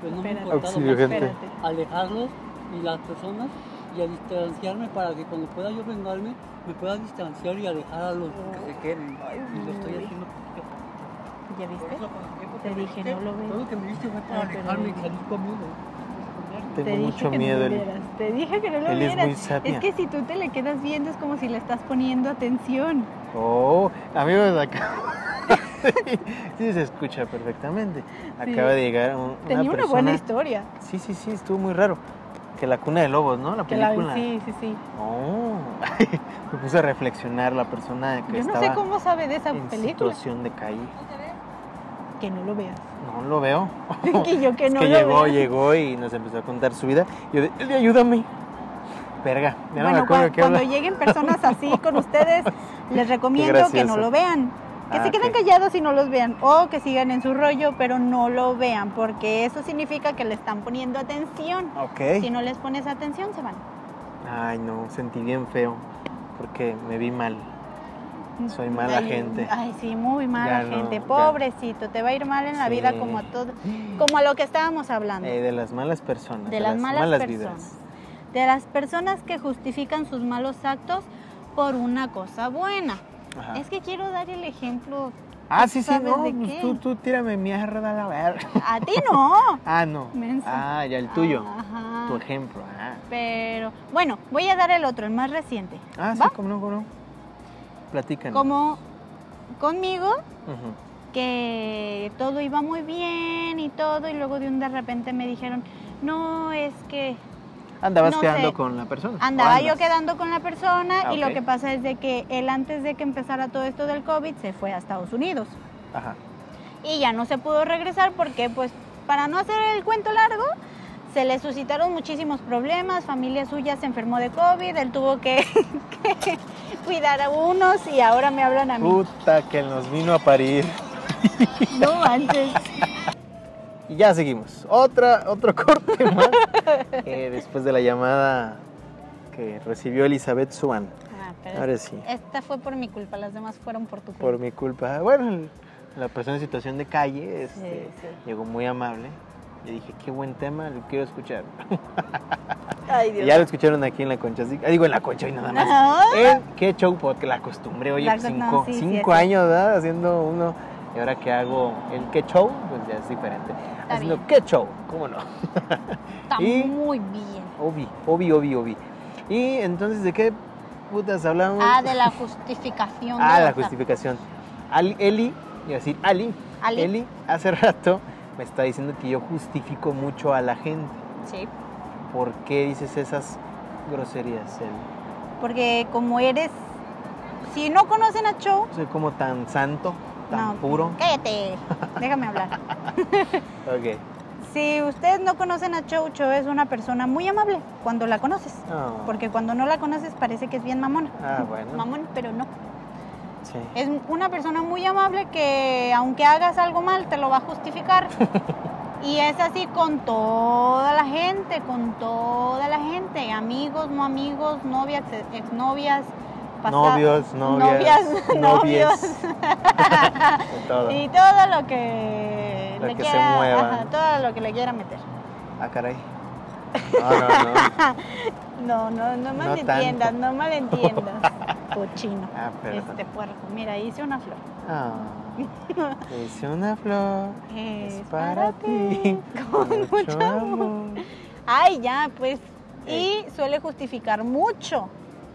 S2: pues no me
S4: Espérate.
S2: importaba más
S3: Auxilio, gente.
S4: Espérate.
S2: alejarlos y las personas y a distanciarme para que cuando pueda yo vengarme me pueda distanciar y alejar a los que se quieren. Y lo estoy haciendo.
S4: ¿Ya viste?
S2: porque
S4: Te dije, no lo Ah,
S2: Todo
S4: veo.
S2: lo que me diste fue para
S4: Ay, pero
S2: alejarme y
S4: no.
S2: salir conmigo.
S3: Tengo
S4: Te dije
S3: mucho
S4: que no
S3: miedo,
S4: lo
S3: Eli.
S4: vieras, Te dije que no lo
S3: Él es
S4: vieras.
S3: muy sapia.
S4: que si tú te le quedas viendo es como si le estás poniendo atención.
S3: Oh, amigos, acá. <laughs> sí, se escucha perfectamente.
S4: Sí.
S3: Acaba de llegar un- una
S4: Tenía
S3: persona.
S4: una buena historia.
S3: Sí, sí, sí, estuvo muy raro. Que la cuna de lobos, ¿no? La
S4: Que la
S3: película.
S4: sí, sí, sí.
S3: Oh. <laughs> Me puse a reflexionar la persona que
S4: Yo no
S3: estaba
S4: sé cómo sabe de esa
S3: en
S4: película.
S3: situación de calle.
S4: Que no lo veas.
S3: No lo veo.
S4: que yo
S3: <laughs>
S4: que
S3: Es
S4: no
S3: que
S4: lo
S3: llegó,
S4: veas.
S3: llegó y nos empezó a contar su vida. Y yo de, "Eli, ayúdame. Verga, ya no me
S4: Bueno,
S3: acuerdo
S4: cua-
S3: de qué
S4: cuando
S3: habla.
S4: lleguen personas
S3: <laughs>
S4: así con ustedes, les recomiendo que no
S3: gracioso.
S4: lo vean. Que
S3: Ah,
S4: se queden
S3: ok.
S4: callados y no los vean. O que sigan en su rollo, pero no lo vean. Porque eso significa que le están poniendo atención.
S3: Ok.
S4: Si no les pones atención, se van.
S3: Ay, no, sentí bien feo. Porque me vi mal. Soy mala
S4: Ay,
S3: gente.
S4: Ay, sí, muy mala
S3: Ya no,
S4: gente.
S3: ya.
S4: Pobrecito, te va a ir mal en la
S3: Sí.
S4: vida como a todo, como a lo que estábamos hablando.
S3: Eh, de las malas personas.
S4: Ah, de las malas, personas.
S3: vidas.
S4: De las personas que justifican sus malos actos por una cosa buena.
S3: Ajá.
S4: Es que quiero dar el ejemplo.
S3: Ah, sí, sí,
S4: ¿sabes
S3: no.
S4: de
S3: pues
S4: qué?
S3: tú, tú tírame mierda a la verga.
S4: A ti no.
S3: <laughs> Ah, no.
S4: Menso.
S3: Ah, ya <laughs> el tuyo.
S4: Ajá.
S3: Tu ejemplo. Ah,
S4: Pero bueno, voy a dar el otro, el más reciente.
S3: ah sí,
S4: ¿Va?
S3: cómo no, cómo no. Platícanos.
S4: Como conmigo
S3: Ujú.
S4: que todo iba muy bien y todo, y luego de un de repente me dijeron, no, es que
S3: Andabas
S4: No
S3: quedando
S4: sé.
S3: con la persona. ¿o
S4: andaba yo
S3: andas?
S4: quedando con la persona
S3: Ah,
S4: y lo
S3: ok.
S4: que pasa es de que él antes de que empezara todo esto del COVID se fue a Estados Unidos
S3: Ajá.
S4: y ya no se pudo regresar porque pues para no hacer el cuento largo, Se le suscitaron muchísimos problemas, familia suya se enfermó de COVID, él tuvo que, <laughs> que cuidar a unos y ahora me hablan a mí.
S3: Puta que nos vino a parir.
S4: No antes.
S3: Y ya seguimos. Otra, otro <laughs> corte más. eh, después de la llamada que recibió Elizabeth Swan.
S4: Ah, pero
S3: Ahora sí.
S4: Esta fue por mi culpa, las demás fueron por tu culpa.
S3: Por mi culpa. Bueno, el- la persona en situación de calle este,
S4: Sí, sí.
S3: llegó muy amable. Le dije, qué buen tema, lo quiero escuchar.
S4: Ay,
S3: Y ya lo escucharon aquí en la concha. así- ah, digo, en la concha y nada más.
S4: No.
S3: En qué show, porque la costumbre, oye,
S4: La
S3: pues,
S4: co- no,
S3: cinco,
S4: sí, sí,
S3: cinco
S4: es cierto.
S3: años ¿verdad? haciendo uno. Y ahora que hago el qué show, pues ya es diferente. haciendo
S4: bien.
S3: qué show, ¿cómo no?
S4: Está
S3: Y-
S4: muy bien.
S3: Obi, obi, obi, obi. Y entonces, ¿de qué putas hablamos?
S4: Ah, de la justificación.
S3: Ah,
S4: de
S3: la
S4: WhatsApp.
S3: justificación. Ali, Eli, iba a decir Ali.
S4: Ali.
S3: Eli, hace <laughs> rato me está diciendo que yo justifico mucho a la gente.
S4: Sí.
S3: ¿Por qué dices esas groserías, Eli?
S4: Porque como eres. Si no conocen a Cho.
S3: Soy como tan santo, tan
S4: no,
S3: puro.
S4: Cállate. Déjame hablar.
S3: Ok.
S4: Si ustedes no conocen a Cho, Cho es una persona muy amable cuando la conoces.
S3: Ah.
S4: Porque cuando no la conoces parece que es bien mamona.
S3: Ah, bueno.
S4: Mamón, pero no.
S3: Sí.
S4: Es una persona muy amable que aunque hagas algo mal, te lo va
S3: <laughs>
S4: a justificar. y es así con toda la gente, con toda la gente. Amigos, no amigos, novias, ex- exnovias. pasa-
S3: Novios, novias,
S4: novias,
S3: <laughs> novies.
S4: novios.
S3: De todo.
S4: Y todo lo que
S3: Lo
S4: le
S3: que se
S4: quiera,
S3: mueva.
S4: ajá, todo lo que le quiera meter.
S3: Ah,
S4: <laughs>
S3: caray. No, no, no.
S4: No, no, no
S3: malentiendas,
S4: malentiendas, no,
S3: <laughs>
S4: malentiendas. Cochino.
S3: Ah, perdón.
S4: Este puerco. Mira, hice una flor. <laughs>
S3: Ah, es una flor.
S4: Es
S3: Es para ti. <laughs>
S4: <laughs> Con mucho amor.
S3: amor.
S4: Ay, ya, pues. Y suele justificar mucho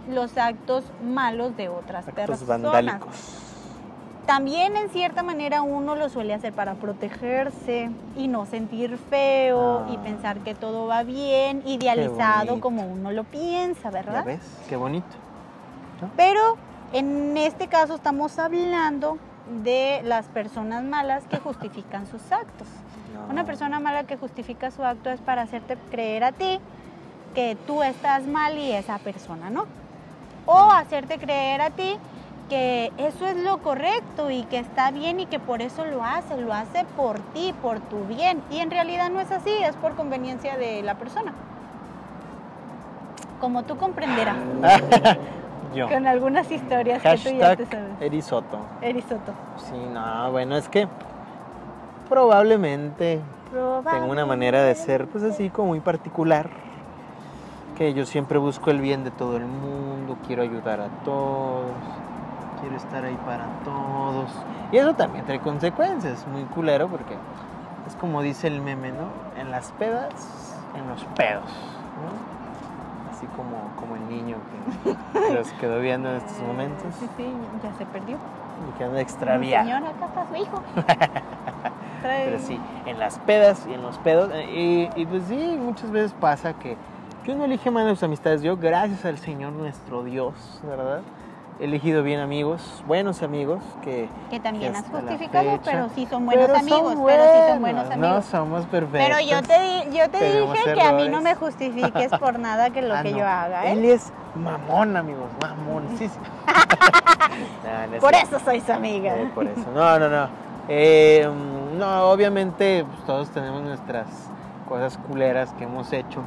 S4: los actos malos de otras
S3: Actos
S4: personas.
S3: vandálicos.
S4: También en cierta manera uno lo suele hacer para protegerse y no sentir feo
S3: Ah.
S4: y pensar que todo va bien, idealizado
S3: bonito.
S4: como uno lo piensa,
S3: ¿Ya
S4: ¿verdad?
S3: ves? Qué bonito.
S4: Pero en este caso estamos hablando de las personas malas que justifican sus actos.
S3: No.
S4: Una persona mala que justifica su acto es para hacerte creer a ti que tú estás mal y esa persona no. O hacerte creer a ti que eso es lo correcto y que está bien y que por eso lo hace, lo hace por ti, por tu bien. Y en realidad no es así, es por conveniencia de la persona. Como tú comprenderás
S3: Yo.
S4: con algunas historias que tú ya te
S3: Hashtag
S4: sabes.
S3: Erisoto.
S4: Erisoto.
S3: Sí, no, bueno, es que probablemente tengo una manera de ser pues así como muy particular que yo siempre busco el bien de todo el mundo quiero ayudar a todos quiero estar ahí para todos y eso también trae consecuencias muy culero porque es como dice el meme no en las pedas en los pedos ¿no? así como como el niño que <laughs> los quedó viendo en estos momentos
S4: Sí, sí, ya se perdió.
S3: y que anda extraviado
S4: Señora, acá está
S3: <laughs>
S4: su hijo. Trae-
S3: Pero sí, en las pedas y en los pedos. eh, Y, y pues sí, muchas veces pasa que yo no elige mal a mis amistades. Yo, gracias al Señor nuestro Dios, ¿verdad? He elegido bien amigos, buenos amigos, que
S4: Que también
S3: que
S4: has
S3: hasta la
S4: justificado,
S3: fecha-
S4: pero sí son buenos
S3: pero
S4: amigos.
S3: son
S4: pero sí son buenos
S3: buenos, No pues,
S4: amigos.
S3: somos perfectos.
S4: pero yo te, di- yo te
S3: Tenemos
S4: dije que a mí no
S3: errores. <laughs>
S4: me justifiques por nada que lo
S3: Ah,
S4: que
S3: no,
S4: yo haga,
S3: Él
S4: ¿eh?
S3: es mamón, amigos, mamón. Sí, <laughs>
S4: <laughs>
S3: sí. No, no es
S4: Por
S3: cierto.
S4: eso soy su amiga.
S3: Eh, por eso. No, no, no. Eh, mm, no, obviamente pues, todos tenemos nuestras cosas culeras que hemos hecho.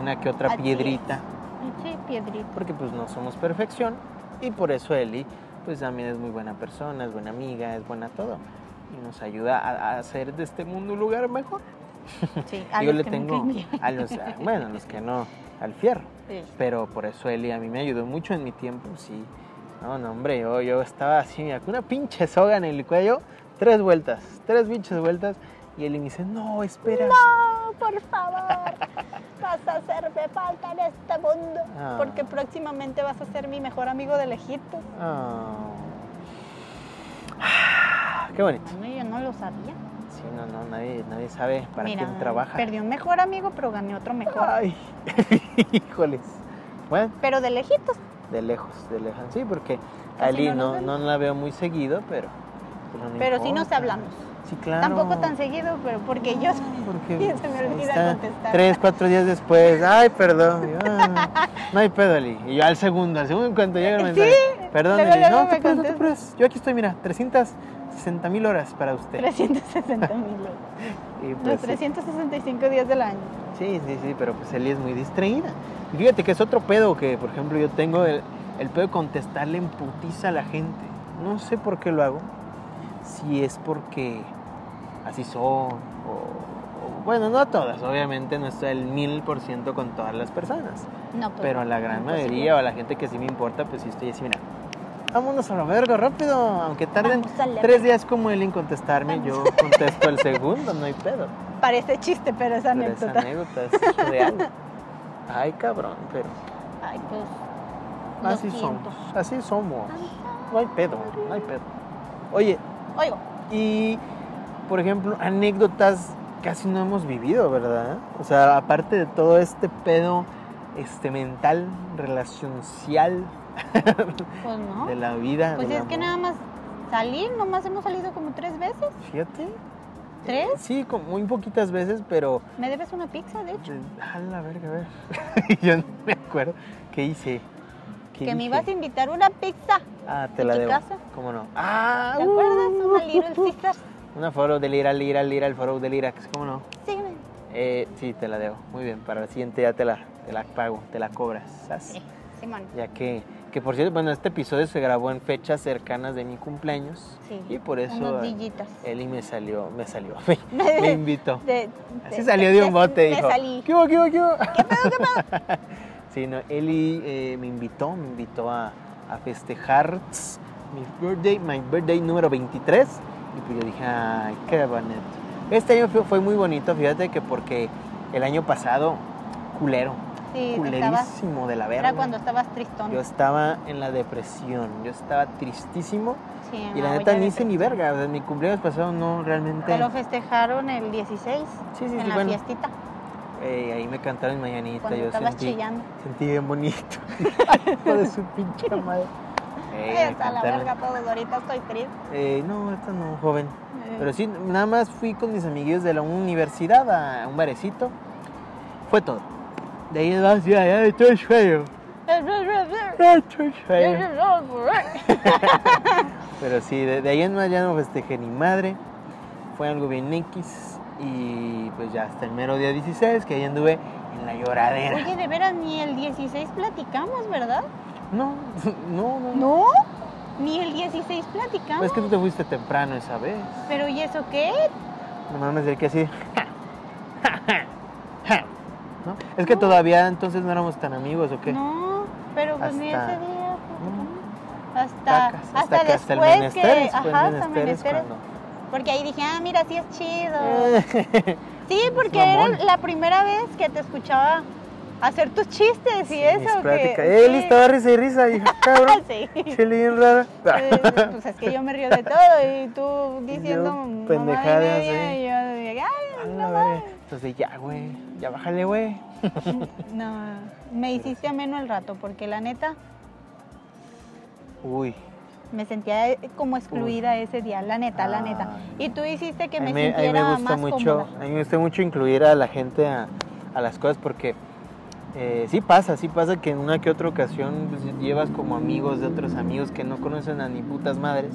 S3: Una que otra
S4: Así
S3: piedrita.
S4: Sí, piedrita.
S3: Porque pues no somos perfección. Y por eso Eli pues también es muy buena persona, es buena amiga, es buena todo. Y nos ayuda a, a hacer de este mundo un lugar mejor.
S4: Sí, a
S3: Yo le
S4: los que me
S3: tengo
S4: caen bien.
S3: a los, a- bueno, a los que no, al fierro.
S4: Sí.
S3: Pero por eso Eli a mí me ayudó mucho en mi tiempo, sí. No, no, hombre, yo, yo estaba así, mira, con una pinche soga en el cuello, tres vueltas, tres pinches vueltas. Y Eli me dice, no, espera.
S4: No, por favor,
S3: <laughs>
S4: vas a hacerme falta en este mundo.
S3: Ah.
S4: Porque próximamente vas a ser mi mejor amigo del Egipto.
S3: Ah. Qué bonito.
S4: No, yo no lo sabía.
S3: Sí, no, no, nadie, nadie sabe para
S4: Mira,
S3: quién trabaja.
S4: Perdí un mejor amigo, pero gané otro mejor.
S3: Ay, <laughs> híjoles. Bueno,
S4: Pero del Egipto.
S3: de lejos, de lejos. Sí, porque
S4: Casi
S3: Ali
S4: no nos
S3: no, no, la veo muy seguido, pero. Pero, no
S4: Pero sí nos
S3: importa.
S4: hablamos.
S3: Sí, claro.
S4: Tampoco tan seguido, pero porque yo
S3: <laughs>
S4: <laughs>
S3: Porque
S4: se me olvida
S3: está
S4: contestar.
S3: tres, cuatro días después, ay,
S4: <laughs>
S3: perdón, yo, ah, no hay pedo, Eli. Y yo al segundo, al segundo en cuanto llega el mensaje, perdón,
S4: luego,
S3: Eli,
S4: luego
S3: no, te
S4: me
S3: apures, no te
S4: contestas.
S3: apures. Yo aquí estoy, mira, 360 mil horas para usted.
S4: 360 mil.
S3: Y
S4: Los
S3: pues, sí.
S4: 365 días del año.
S3: Sí, sí, sí, pero pues Eli es muy distraída. Y fíjate que es otro pedo que, por ejemplo, yo tengo el, el pedo de contestarle en putiza a la gente. No sé por qué lo hago. Si es porque así son. O, o- bueno, no todas, obviamente no estoy al mil por ciento con todas las personas.
S4: No, pues,
S3: Pero la gran
S4: imposible.
S3: mayoría o la gente que sí me importa, pues sí estoy así, mira. Vámonos a la verga rápido, aunque tarden
S4: Vamos a la
S3: tres días como él en contestarme, yo contesto el segundo, no hay pedo.
S4: Parece chiste, pero es
S3: Pero esa
S4: anécdota.
S3: anécdota es real. Ay, cabrón, pero
S4: Ay, pues. lo
S3: así
S4: siento.
S3: somos. Así somos. No hay pedo, no hay pedo. Oye,
S4: Oigo,
S3: y por ejemplo, anécdotas casi no hemos vivido, ¿verdad? O sea, aparte de todo este pedo este mental, relacioncial
S4: pues no.
S3: de la vida.
S4: Pues
S3: del
S4: es que
S3: amor.
S4: nada más salir, nomás hemos salido como tres veces.
S3: Fíjate.
S4: ¿Tres?
S3: Sí, con muy poquitas veces, pero.
S4: Me debes una pizza, de hecho.
S3: A la verga, a ver. <laughs> Yo no me acuerdo. ¿Qué hice? ¿Qué
S4: Que me
S3: dije?
S4: ibas a invitar una pizza.
S3: Ah, te
S4: ¿En
S3: la
S4: tu
S3: debo.
S4: casa?
S3: ¿Cómo no? Ah,
S4: ¿Te
S3: uh,
S4: acuerdas? Una Little
S3: uh, uh.
S4: Sisters.
S3: Una foro de lira, lira, lira, el foro de lira, ¿cómo no?
S4: Sí,
S3: Eh, sí, te la debo. Muy bien, para la siguiente ya te la, te la pago, te la cobras. ¿sas?
S4: Sí. Simón.
S3: Ya que, que por cierto, bueno, este episodio se grabó en fechas cercanas de mi cumpleaños
S4: Sí.
S3: y por eso
S4: Unos
S3: eh,
S4: dillitas.
S3: Eli me salió, me salió, <laughs> me, me invitó.
S4: Te-
S3: Así
S4: te-
S3: salió
S4: te-
S3: de un bote,
S4: te
S3: dijo.
S4: salí.
S3: ¿Qué hubo, qué hubo, qué
S4: <laughs>
S3: hubo? <laughs> sí, no, Eli eh, me invitó, me invitó a, a festejar tss, mi birthday, my birthday número 23. Y pues yo dije, ay, qué bonito. Este año fue, fue muy bonito, fíjate que porque el año pasado, culero,
S4: Sí, te estabas.
S3: culerísimo de la verga.
S4: Era cuando estabas tristón.
S3: Yo estaba en la depresión, yo estaba tristísimo
S4: Sí, en
S3: y la
S4: olla
S3: neta
S4: de
S3: ni hice ni verga. O sea, mi cumpleaños pasado no realmente.
S4: Te lo festejaron el 16
S3: sí, sí,
S4: en
S3: sí,
S4: la
S3: bueno.
S4: fiestita,
S3: Eh, ahí me cantaron mañanita,
S4: cuando
S3: yo
S4: estabas
S3: sentí,
S4: chillando.
S3: sentí bien
S4: <laughs>
S3: bonito. Ay, hijo de su <laughs> pinche madre. Eh, me
S4: Ay, hasta la
S3: cantaron.
S4: verga todos, ahorita estoy triste.
S3: Eh, no, esta no, joven.
S4: Eh,
S3: Pero sí, nada más fui con mis amiguitos de la universidad a un barecito. Fue todo. De ahí vas, ya, ya, estoy feo. Estoy feo. Pero sí, de, de ahí en más ya no festejé ni madre. Fue algo bien X. Y pues ya hasta el mero día 16, que ahí anduve en la lloradera.
S4: Oye, de veras, ni el 16 platicamos, ¿verdad?
S3: No, <laughs> no, no.
S4: No. Ni el 16 platicamos.
S3: Es que tú te fuiste temprano esa vez.
S4: Pero ¿y eso qué?
S3: No mames, el que así. ja, ja, ja, ja, <laughs> ¿No? Es que todavía entonces no éramos tan amigos, ¿o qué?
S4: No, pero pues ni ese
S3: Hasta-
S4: día. platicamos. Hasta,
S3: Tacas,
S4: hasta,
S3: que hasta el
S4: después
S3: menester,
S4: que.
S3: después
S4: Ajá, hasta
S3: menester es
S4: menesteres.
S3: cuando-
S4: Porque ahí dije, ah, mira, sí es chido.
S3: <laughs> Eh,
S4: Sí, porque
S3: mamón.
S4: era la primera vez que te escuchaba hacer tus chistes y
S3: mis
S4: eso.
S3: pláticas. ¡Eh,
S4: que,
S3: Él estaba risa y risa,
S4: <laughs>
S3: dije, cabrón, <laughs>
S4: Sí.
S3: chile bien raro. <laughs>
S4: Eh, Pues es que yo me río de todo y tú diciendo
S3: Yo,
S4: mamada y
S3: pendejadas,
S4: media,
S3: ¿eh?
S4: y yo dije,
S3: A
S4: ay,
S3: la
S4: no
S3: verga. Entonces ya, güey, ya bájale, güey.
S4: No, me hiciste ameno el rato porque la neta
S3: Uy,
S4: me sentía eh, como excluida ese día, la neta, la neta. Y tú hiciste que
S3: Ah. a mí
S4: me
S3: me, a mí me
S4: sintiera
S3: gusta
S4: más
S3: mucho,
S4: cómoda.
S3: a mí me gusta mucho incluir a la gente a, a las cosas porque eh, sí pasa, sí pasa que en una que otra ocasión pues, llevas como amigos de otros amigos que no conocen a ni putas madres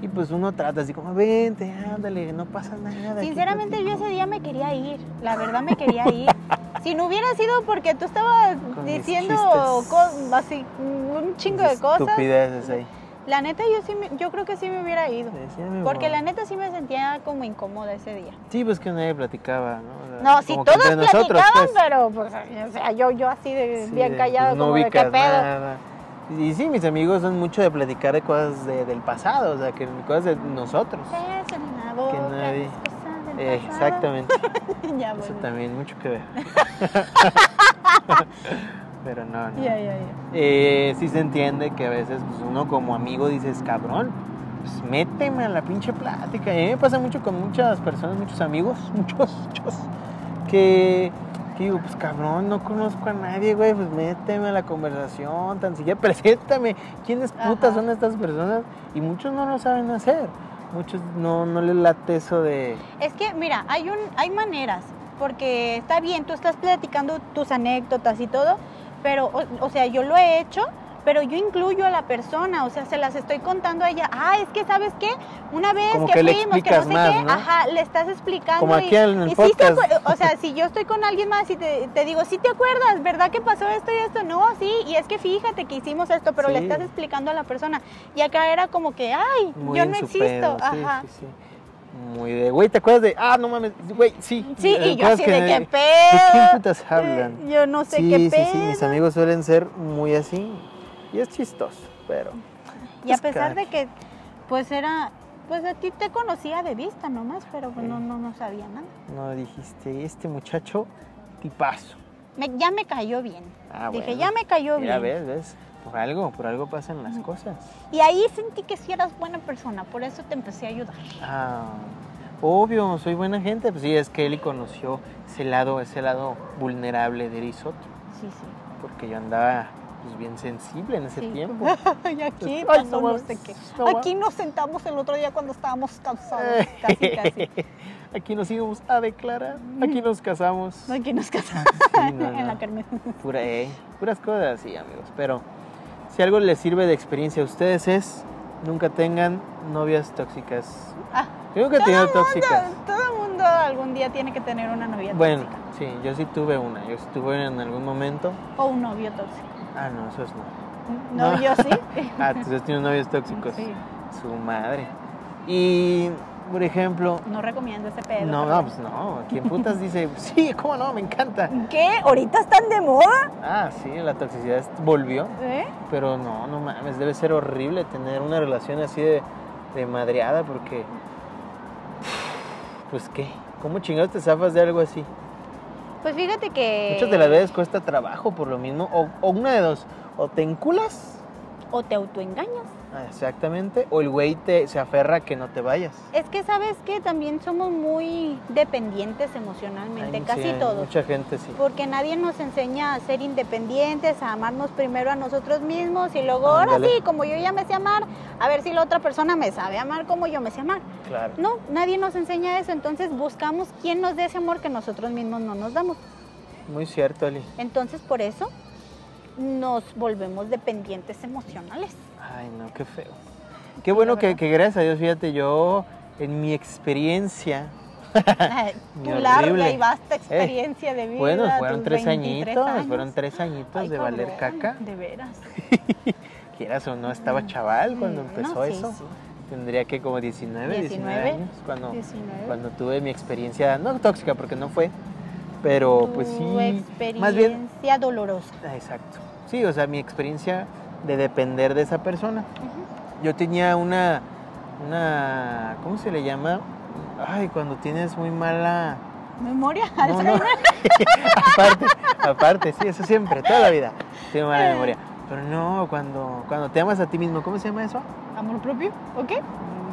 S3: y pues uno trata así como, vente, ándale, no pasa nada. aquí
S4: Sinceramente yo
S3: platico".
S4: ese día me quería ir, la verdad me quería
S3: <laughs>
S4: ir. Si no hubiera sido porque tú estabas
S3: Con mis
S4: diciendo
S3: chistes.
S4: co- así un chingo de
S3: Esas
S4: cosas,
S3: Estupideces ahí.
S4: la neta yo sí me- yo creo que sí me hubiera ido.
S3: Decía mi
S4: Porque
S3: mamá.
S4: la neta sí me sentía como incómoda ese día.
S3: Sí, pues que nadie platicaba, ¿no? O sea,
S4: No, sí,
S3: como que
S4: todos
S3: entre
S4: platicaban,
S3: pues.
S4: pero pues, o sea, yo, yo así de
S3: Sí,
S4: bien
S3: de,
S4: callado,
S3: pues, no
S4: como de qué
S3: ubicas
S4: pedo.
S3: nada. Y sí, mis amigos son mucho de platicar de cosas de- del pasado, o sea, que cosas de nosotros.
S4: Beso en la boca,
S3: Que nadie-
S4: las cosas del
S3: Eh,
S4: pasado.
S3: exactamente.
S4: <laughs> ya,
S3: Eso
S4: bueno.
S3: también, mucho
S4: <laughs>
S3: que ver. <laughs> Pero no, no.
S4: Ya, ya, ya.
S3: Eh, sí se entiende que a veces pues, uno como amigo dices, cabrón, pues méteme a la pinche plática. Y a mí me pasa mucho con muchas personas, muchos amigos, <laughs> muchos, muchos, que, que digo, pues cabrón, no conozco a nadie, güey, pues méteme a la conversación, <laughs> tan siquiera, preséntame, ¿quiénes putas
S4: Ajá.
S3: son estas personas? Y muchos no lo saben hacer. muchos no, no les late eso de...
S4: Es que, mira, hay, un, hay maneras, porque está bien, tú estás platicando tus anécdotas y todo, pero, o, o sea, yo lo he hecho, pero yo incluyo a la persona, o sea, se las estoy contando a ella. Ah, es que, ¿sabes qué? Una vez
S3: Como
S4: que,
S3: que le
S4: fuimos, que no
S3: explicas
S4: sé
S3: más,
S4: qué,
S3: ¿no?
S4: ajá, le estás explicando.
S3: Como
S4: y,
S3: aquí en el
S4: y sí te acu-
S3: podcast.
S4: o sea, si yo estoy con alguien más y te, te digo, sí te acuerdas, ¿verdad que pasó esto y esto? No, sí, y es que fíjate que hicimos esto, pero le
S3: Sí.
S4: estás explicando a la persona. Y acá era como que, ay,
S3: Muy
S4: yo
S3: en
S4: no
S3: su
S4: existo.
S3: pedo, sí,
S4: ajá.
S3: sí, sí. Muy de, güey, ¿te acuerdas de? Ah, no mames, güey, sí.
S4: Sí,
S3: ¿Te
S4: y yo
S3: acuerdas
S4: así de qué pedo.
S3: ¿De quién putas hablan?
S4: eh, Yo no sé
S3: sí,
S4: qué
S3: sí,
S4: pedo.
S3: sí, mis amigos suelen ser muy así. Y es chistoso, pero...
S4: Y a
S3: Pues,
S4: pesar
S3: cada
S4: de que, pues era, pues a ti te conocía de vista nomás, pero pues, no, no, no sabía nada.
S3: No dijiste, este muchacho, tipazo.
S4: Me- ya me cayó bien.
S3: Ah,
S4: Dije,
S3: bueno.
S4: ya me cayó
S3: Ya
S4: bien.
S3: ves, ves. Por algo, por algo pasan las cosas.
S4: Y ahí sentí que sí eras buena persona, por eso te empecé a ayudar.
S3: Ah, obvio, soy buena gente. Pues sí, es que Eli conoció ese lado, ese lado vulnerable de Erisoto.
S4: Sí, <laughs> sí.
S3: Porque yo andaba pues, bien sensible en ese
S4: Sí.
S3: tiempo.
S4: Y aquí
S3: Ay,
S4: pasó
S3: no
S4: no,
S3: mames,
S4: sé qué.
S3: no mames. Eh.
S4: Aquí nos sentamos el otro día cuando estábamos cansados, <laughs> casi, casi.
S3: <laughs> Aquí nos íbamos a declarar, aquí nos casamos.
S4: Aquí nos casamos <laughs>
S3: Sí, no,
S4: en la
S3: no.
S4: carne.
S3: Pura- eh, puras cosas así, amigos. Pero si algo les sirve de experiencia a ustedes es nunca tengan novias tóxicas.
S4: Ah,
S3: Yo nunca he tenido tóxicas.
S4: Todo el mundo algún día tiene que tener una novia
S3: Bueno,
S4: tóxica.
S3: sí, yo sí tuve una. Yo sí tuve una en algún momento.
S4: O un novio tóxico.
S3: Ah, no, eso es no.
S4: No,
S3: No. <laughs>
S4: yo sí. <laughs>
S3: Ah, entonces tienes novios tóxicos.
S4: Sí.
S3: Su madre. Y, por ejemplo,
S4: No recomiendo ese pedo.
S3: no,
S4: pero
S3: no, pues no. ¿Quién putas dice, sí, cómo no, me encanta?
S4: bueno. ¿Qué? ¿Ahorita están de moda?
S3: Ah, sí, la toxicidad es- volvió.
S4: ¿Eh?
S3: Pero no, no mames, debe ser horrible tener una relación así de, de madreada porque. Pues qué, ¿cómo chingados te zafas de algo así?
S4: Pues fíjate que.
S3: Muchas de las veces cuesta trabajo por lo mismo, o, o una de dos, o te enculas,
S4: O te autoengañas.
S3: ah, exactamente, o el güey te, se aferra a que no te vayas.
S4: Es que sabes que también somos muy dependientes emocionalmente,
S3: Hay- sí,
S4: casi
S3: hay
S4: todos.
S3: Mucha gente sí.
S4: Porque nadie nos enseña a ser independientes, a amarnos primero a nosotros mismos y luego, ahora
S3: Ándale.
S4: sí, como yo ya me sé amar, a ver si la otra persona me sabe amar como yo me sé amar.
S3: Claro.
S4: No, nadie nos enseña eso, entonces buscamos quién nos dé ese amor que nosotros mismos no nos damos. Mm.
S3: Muy cierto, Ali.
S4: Entonces, por eso nos volvemos
S3: <laughs>
S4: dependientes emocionales.
S3: Ay, no, qué feo. Qué bueno que,
S4: verdad.
S3: que gracias a Dios, fíjate, yo en mi experiencia,
S4: Ay, tu
S3: Horrible. Eh,
S4: larga y vasta experiencia de vida.
S3: bueno, Pues, fueron
S4: tus
S3: tres
S4: 23
S3: añitos,
S4: años.
S3: fueron tres añitos
S4: Ay,
S3: de
S4: cabrón,
S3: valer caca.
S4: De veras.
S3: Quieras o no, estaba chaval cuando
S4: Mm,
S3: empezó
S4: no, sí,
S3: eso.
S4: sí.
S3: Tendría que como 19, 19,
S4: 19,
S3: años cuando,
S4: 19.
S3: cuando tuve mi experiencia, no tóxica porque no fue, pero pues
S4: Tu
S3: sí,
S4: experiencia
S3: más bien,
S4: dolorosa.
S3: ah, exacto. Sí, o sea, mi experiencia de depender de esa persona. Yo tenía una, una, ¿cómo se le llama? Ay, cuando tienes muy mala...
S4: Memoria.
S3: No, no. <laughs> aparte, aparte, sí, eso siempre, toda la vida. Tengo mala memoria. Pero no, cuando, cuando te amas a ti mismo, ¿cómo se llama eso?
S4: <laughs> Amor propio. ¿Ok?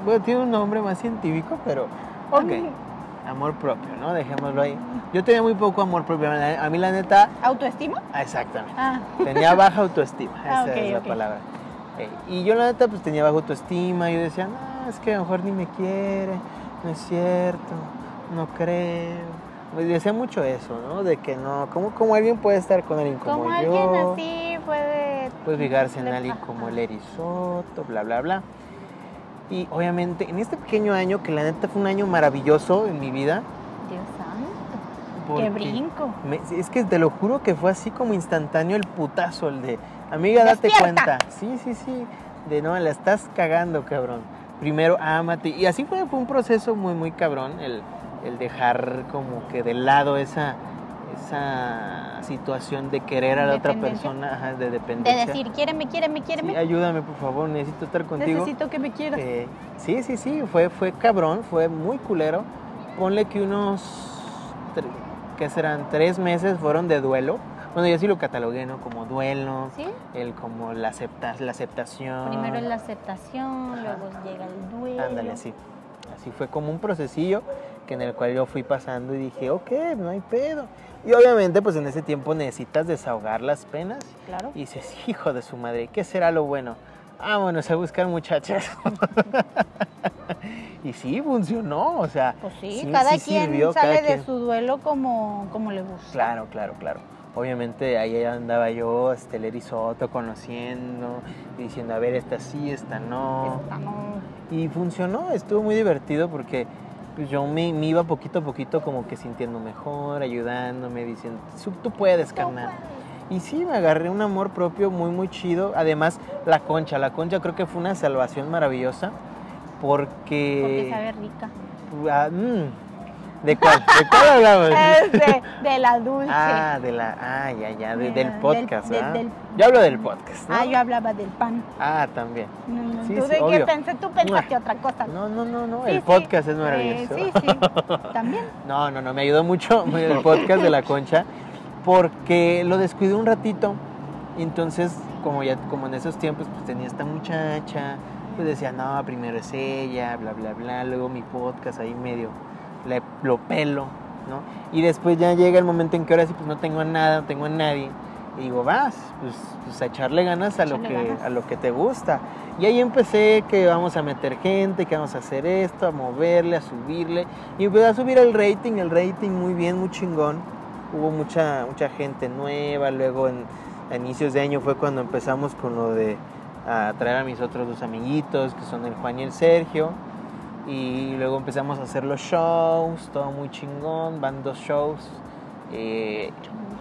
S3: Bueno, tiene un nombre más científico, pero ok. Amor propio, ¿no? Dejémoslo ahí. Yo tenía muy poco amor propio. A mí la neta,
S4: ¿Autoestima?
S3: ah, exactamente.
S4: Ah,
S3: Tenía baja autoestima,
S4: Ah,
S3: esa
S4: ok,
S3: es la
S4: ok.
S3: palabra. Eh, y yo la neta pues tenía baja autoestima, yo decía, no, es que a lo mejor ni me quiere, no es cierto, no creo. Pues decía mucho eso, ¿no? De que no, ¿cómo, cómo alguien puede estar con alguien como,
S4: como
S3: yo?
S4: alguien así puede...
S3: Pues fijarse en
S4: Le-
S3: alguien
S4: ajá.
S3: como el Erisoto, bla, bla, bla. Y obviamente en este pequeño año, que la neta fue un año maravilloso en mi vida.
S4: Dios santo.
S3: porque
S4: Qué brinco.
S3: me- es que te lo juro que fue así como instantáneo el putazo, el de, amiga, date
S4: ¡Despierta!
S3: cuenta. Sí, sí, sí. De no, la estás cagando, cabrón. Primero, ámate. Y así fue, fue un proceso muy, muy cabrón, el, el dejar como que de lado esa, esa situación de querer a la otra
S4: Dependencia.
S3: persona, ajá, de
S4: De
S3: dependencia.
S4: decir, quiéreme, quiéreme,
S3: Sí,
S4: quiéreme.
S3: ayúdame, por favor, necesito estar contigo.
S4: Necesito que me quieras.
S3: Eh, sí, sí, sí, fue, fue cabrón, fue muy culero. Ponle que unos, tre- que serán tres meses fueron de duelo. Bueno, yo sí lo catalogué, ¿no? Como duelo,
S4: ¿Sí?
S3: el como la, acepta, la aceptación.
S4: Primero es la aceptación,
S3: Ah. Ajá.
S4: luego llega el duelo.
S3: Ándale, así. Así fue como un procesillo que en el cual yo fui pasando y dije, ok, no hay pedo. Y obviamente, pues en ese tiempo necesitas desahogar las penas.
S4: Claro.
S3: Y dices, hijo de su madre, ¿qué será lo bueno? Vámonos a buscar muchachas. <laughs> Y sí, funcionó, o sea.
S4: Pues sí,
S3: sí,
S4: cada
S3: sí
S4: quien
S3: sirvió,
S4: sale
S3: cada
S4: de
S3: quien.
S4: su duelo como, como le gusta.
S3: Claro, claro, claro. Obviamente ahí andaba yo, este, el erizoto, conociendo, diciendo, a ver, esta sí, esta no.
S4: Esta no.
S3: Y funcionó, estuvo muy divertido porque pues, yo me, me iba poquito a poquito como que sintiendo mejor, ayudándome, diciendo, "Tú- tú puedes, carnal. Y sí, me agarré un amor propio muy, muy chido. Además, la concha, la concha creo que fue una salvación maravillosa
S4: Porque
S3: porque...
S4: sabe rica.
S3: Ah, mm. ¿De cuál? ¿De cuál
S4: <laughs>
S3: hablamos?
S4: Este, de la dulce.
S3: Pues Ah, de la, ah, ya, ya, de-
S4: De-
S3: del podcast,
S4: del-
S3: ¿ah?
S4: del-
S3: Yo hablo del podcast, ¿no?
S4: Ah, yo hablaba del pan.
S3: Ah, también.
S4: No, no,
S3: Sí,
S4: ¿Tú
S3: sí,
S4: de qué
S3: obvio.
S4: pensé? Tú pensaste otra cosa.
S3: No, no, no, no,
S4: Sí,
S3: el
S4: sí.
S3: podcast
S4: Eh,
S3: es maravilloso.
S4: sí, sí.
S3: <laughs>
S4: También.
S3: No, no, no, me ayudó mucho el podcast de la concha porque lo descuidé un ratito. y Entonces, como ya como en esos tiempos pues tenía esta muchacha, pues decía, "No, primero es ella, bla bla bla, luego mi podcast ahí medio le, lo pelo, ¿no? Y después ya llega el momento en que ahora sí pues no tengo nada, no tengo a nadie. Y digo, vas, pues, pues, a echarle ganas a lo
S4: Echarle
S3: que
S4: ganas.
S3: a lo que te gusta. Y ahí empecé que vamos a meter gente, que vamos a hacer esto, a moverle, a subirle. Y empezó a subir el rating, el rating muy bien, muy chingón. Hubo mucha, mucha gente nueva. Luego en, a inicios de año fue cuando empezamos con lo de a traer a mis otros dos amiguitos, que son el Juan y el Sergio. Y luego empezamos a hacer los shows, todo muy chingón, van dos shows. eh,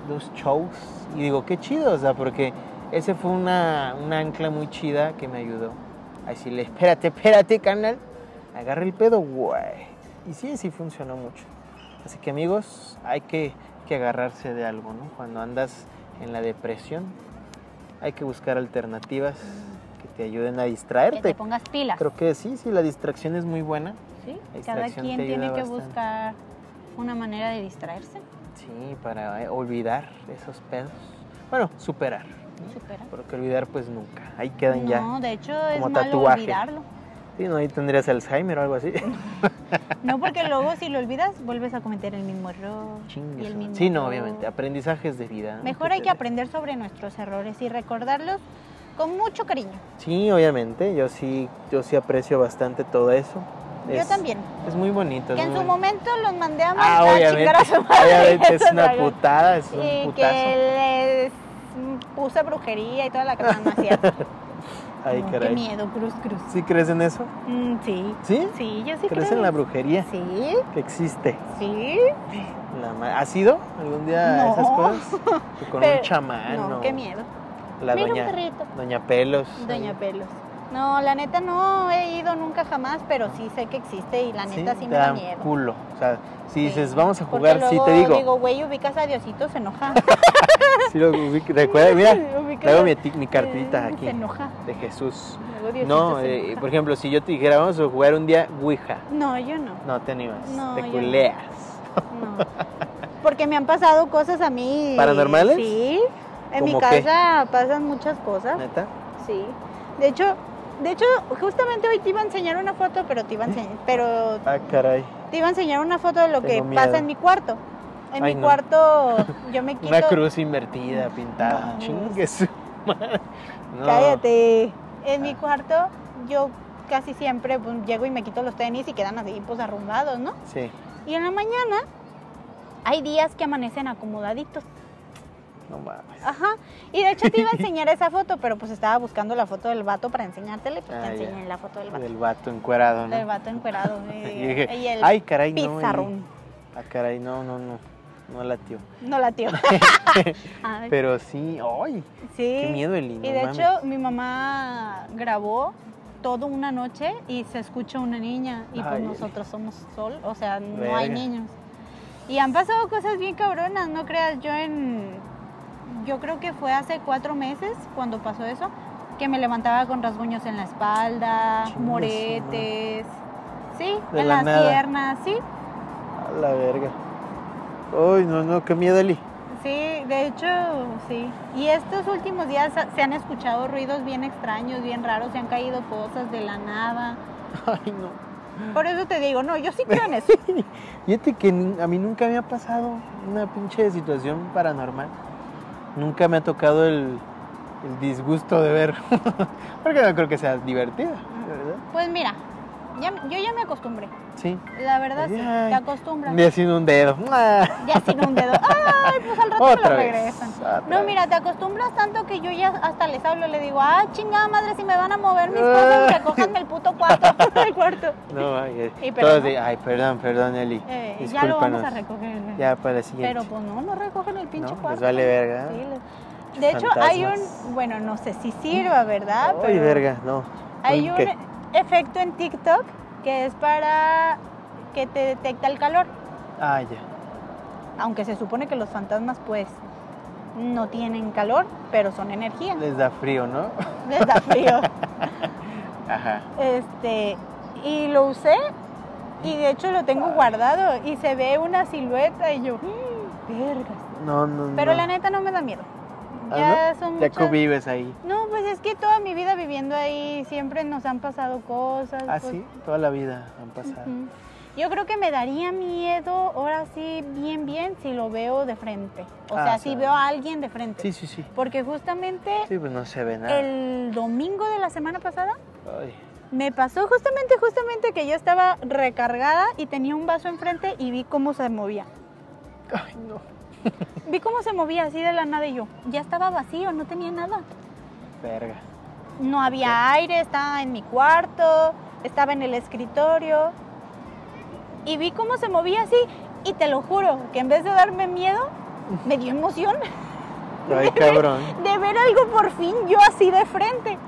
S3: dos shows. Y digo, qué chido, o sea, porque ese fue una, una ancla muy chida que me ayudó. A decirle, espérate, espérate, canal. Agarra el pedo, güey. Y sí, sí funcionó mucho. Así que amigos, hay que, que agarrarse de algo, ¿no? Cuando andas en la depresión, hay que buscar alternativas que te ayuden a
S4: Que te
S3: distraerte.
S4: pongas pilas.
S3: Creo que sí, sí, la distracción es muy buena.
S4: ¿sí?
S3: la
S4: Cada
S3: distracción
S4: quien
S3: te ayuda
S4: tiene que
S3: bastante.
S4: buscar una manera de distraerse,
S3: Sí, para eh, olvidar esos pedos. Bueno, superar. ¿no?
S4: superar.
S3: Porque olvidar pues nunca. Ahí quedan ya.
S4: No, de hecho es
S3: como
S4: malo
S3: tatuaje.
S4: olvidarlo.
S3: Sí, no, ahí tendrías Alzheimer o algo
S4: <laughs>
S3: así.
S4: No, porque luego si lo olvidas vuelves a cometer el mismo error.
S3: Chingue
S4: y
S3: su
S4: el
S3: madre.
S4: mismo
S3: sí, no,
S4: error.
S3: obviamente. Aprendizajes de vida. ¿no?
S4: Mejor
S3: te
S4: hay que
S3: den.
S4: aprender sobre nuestros errores y recordarlos con mucho cariño.
S3: Sí, obviamente. Yo sí, yo sí aprecio bastante todo eso.
S4: Yo
S3: Es-
S4: también.
S3: Es muy bonito. es
S4: Que en
S3: muy
S4: su
S3: bonito.
S4: momento los mandé a
S3: Ah,
S4: mandar a
S3: obviamente.
S4: chingar a su madre. <laughs>
S3: obviamente es
S4: Eso
S3: una
S4: algo.
S3: putada, es un
S4: Y
S3: putazo.
S4: que les puse brujería y toda la cosa. No, es cierto.
S3: <laughs> Ay,
S4: No, Qué
S3: caray.
S4: miedo, cruz, cruz.
S3: ¿Sí crees en eso?
S4: Mm, sí,
S3: ¿Sí?
S4: sí, yo sí
S3: ¿Crees
S4: creo
S3: en la
S4: eso.
S3: brujería
S4: Sí,
S3: que existe?
S4: sí.
S3: La ma- ¿Has ido algún día a esas
S4: No.
S3: cosas?
S4: <laughs>
S3: Con
S4: Pero-
S3: un chamán
S4: no,
S3: o
S4: qué miedo.
S3: Ah, la
S4: Mira
S3: doña,
S4: un perrito.
S3: doña Pelos.
S4: Doña Pelos. No, la neta no he ido nunca jamás, pero sí sé que existe y la
S3: Sí,
S4: neta sí,
S3: te
S4: me da
S3: dan
S4: miedo.
S3: culo. O sea, si
S4: Sí.
S3: dices, vamos a
S4: Porque
S3: jugar, sí te
S4: luego
S3: digo.
S4: digo, güey, ubicas a Diosito, se enoja.
S3: <laughs> Sí, lo
S4: <laughs>
S3: ubico, recuerda, mira,
S4: Ubicas
S3: traigo
S4: a-
S3: mi, ti- mi cartita
S4: Eh,
S3: aquí
S4: Se enoja.
S3: de Jesús.
S4: Luego Diosito
S3: No,
S4: se
S3: eh,
S4: enoja.
S3: por ejemplo, si yo te dijera, vamos a jugar un día Ouija,
S4: No, yo no.
S3: no te animas,
S4: No,
S3: te
S4: yo no.
S3: culeas.
S4: No.
S3: <laughs>
S4: Porque me han pasado cosas a mí.
S3: ¿Paranormales?
S4: Sí. En mi
S3: ¿Cómo qué?
S4: casa pasan muchas cosas.
S3: ¿Neta?
S4: Sí. De hecho, de hecho, justamente hoy te iba a enseñar una foto, pero te iba a enseñar, pero
S3: Ah, caray.
S4: te iba a enseñar una foto de lo que
S3: Tengo
S4: pasa
S3: miedo.
S4: en mi cuarto. En
S3: Ay,
S4: mi
S3: no. <laughs>
S4: cuarto yo me quito.
S3: Una cruz invertida, pintada.
S4: No. pues,
S3: <laughs> Chingues. No.
S4: Cállate. En mi
S3: Ah.
S4: cuarto yo casi siempre pues, llego y me quito los tenis y quedan así pues arrumbados, ¿no?
S3: Sí,
S4: Y en la mañana hay días que amanecen acomodaditos.
S3: no mames.
S4: Ajá. Y de hecho
S3: <laughs>
S4: te iba a enseñar esa foto, pero pues estaba buscando la foto del vato para enseñártela y pues
S3: Ah,
S4: te
S3: ya.
S4: enseñé la foto del vato.
S3: Del vato encuerado,
S4: Del
S3: <laughs> ¿no?
S4: vato encuerado. eh,
S3: Y dije,
S4: y el
S3: Ay, caray, no.
S4: pizarrón.
S3: y- Ah, caray, no, no, no. No latió.
S4: No
S3: <laughs>
S4: la tío. <laughs> Ay,
S3: Pero sí, ay,
S4: sí.
S3: qué miedo el niño.
S4: Y de hecho, mi mamá grabó toda una noche y se escucha una niña. Y pues
S3: Ay.
S4: nosotros somos sol, o sea, no
S3: Verga.
S4: hay niños. Y han pasado cosas bien cabronas, no creas. Yo en. Yo creo que fue hace cuatro meses cuando pasó eso, que me levantaba con rasguños en la espalda,
S3: Chinga su madre.
S4: moretes, sí,
S3: De
S4: en
S3: la
S4: las
S3: nada.
S4: piernas, sí.
S3: A la verga. Ay, no, no, qué miedo, Eli. <laughs>
S4: Sí, de hecho, sí. Y estos últimos días ha- se han escuchado ruidos bien extraños, bien raros, se han caído cosas de la
S3: <gasps>
S4: nada.
S3: Ay, no.
S4: Por eso te digo, no, yo sí creo
S3: <laughs>
S4: en eso.
S3: Fíjate que ni- a mí nunca me ha pasado una pinche situación paranormal. Nunca me ha tocado el, <laughs> el disgusto de ver. Porque no creo que sea divertida, ¿verdad?
S4: Pues mira, Ya me- yo ya me acostumbré.
S3: Sí.
S4: La verdad, sí,
S3: Ay,
S4: te acostumbras.
S3: Ni sin un dedo. <laughs>
S4: Ya sin un dedo. Ay, pues al rato me
S3: Otra
S4: <laughs> lo
S3: vez,
S4: regresan.
S3: otra
S4: no,
S3: vez.
S4: mira, te acostumbras tanto que yo ya hasta les hablo, le digo, ah, chingada madre, si me van a mover mis cosas,
S3: Ay.
S4: recójanme el puto cuarto
S3: <laughs>
S4: <laughs> del cuarto.
S3: No, ay,
S4: Y
S3: eh,
S4: pero
S3: todos
S4: no.
S3: de, ay, perdón, perdón, Eli.
S4: Eh, ya lo vamos
S3: Discúlpanos.
S4: a recoger. güey.
S3: Ya para la siguiente.
S4: Pero pues no, no recogen el pinche
S3: No, les
S4: cuarto.
S3: vale
S4: ¿no?
S3: verga.
S4: Sí, les- De hecho, hay un,
S3: Fantasmas.
S4: bueno, no sé si sirva, ¿verdad?
S3: Ay,
S4: ah, Pero
S3: verga, no.
S4: Hay
S3: ¿Un
S4: un
S3: qué?
S4: efecto en TikTok que es para que te detecta el calor.
S3: Ah, ya.
S4: Aunque se supone que los fantasmas, pues, no tienen calor, pero
S3: <laughs>
S4: son energía.
S3: Les da frío, ¿no?
S4: Les da frío.
S3: Ajá.
S4: Este, y lo usé y de hecho lo tengo guardado y se ve una silueta y yo, "Mm, vergas.
S3: No, no,
S4: Pero
S3: no.
S4: la neta no me da miedo.
S3: Ah,
S4: Ya
S3: ¿no?
S4: son
S3: Ya
S4: muchas-
S3: convives ahí.
S4: No, pues es que toda mi vida viviendo ahí siempre nos han pasado cosas.
S3: Ah,
S4: pues,
S3: sí, toda la vida han pasado.
S4: ujú. Yo creo que me daría miedo ahora sí bien bien si lo veo de frente. O
S3: Ah,
S4: sea,
S3: sí.
S4: si veo a alguien de frente.
S3: Sí, sí, sí.
S4: Porque justamente
S3: Sí, pues no se ve nada.
S4: el domingo de la semana pasada
S3: Ay,
S4: me pasó justamente, justamente que yo estaba recargada y tenía un vaso enfrente y vi cómo se movía.
S3: ay, no.
S4: Vi cómo se movía así de la nada y yo, ya estaba vacío, no tenía nada.
S3: Verga.
S4: No había aire, estaba en mi cuarto, estaba en el escritorio. Y vi cómo se movía así y te lo juro que en vez de darme miedo, me dio emoción
S3: Ay, cabrón.
S4: de ver algo por fin yo así de frente.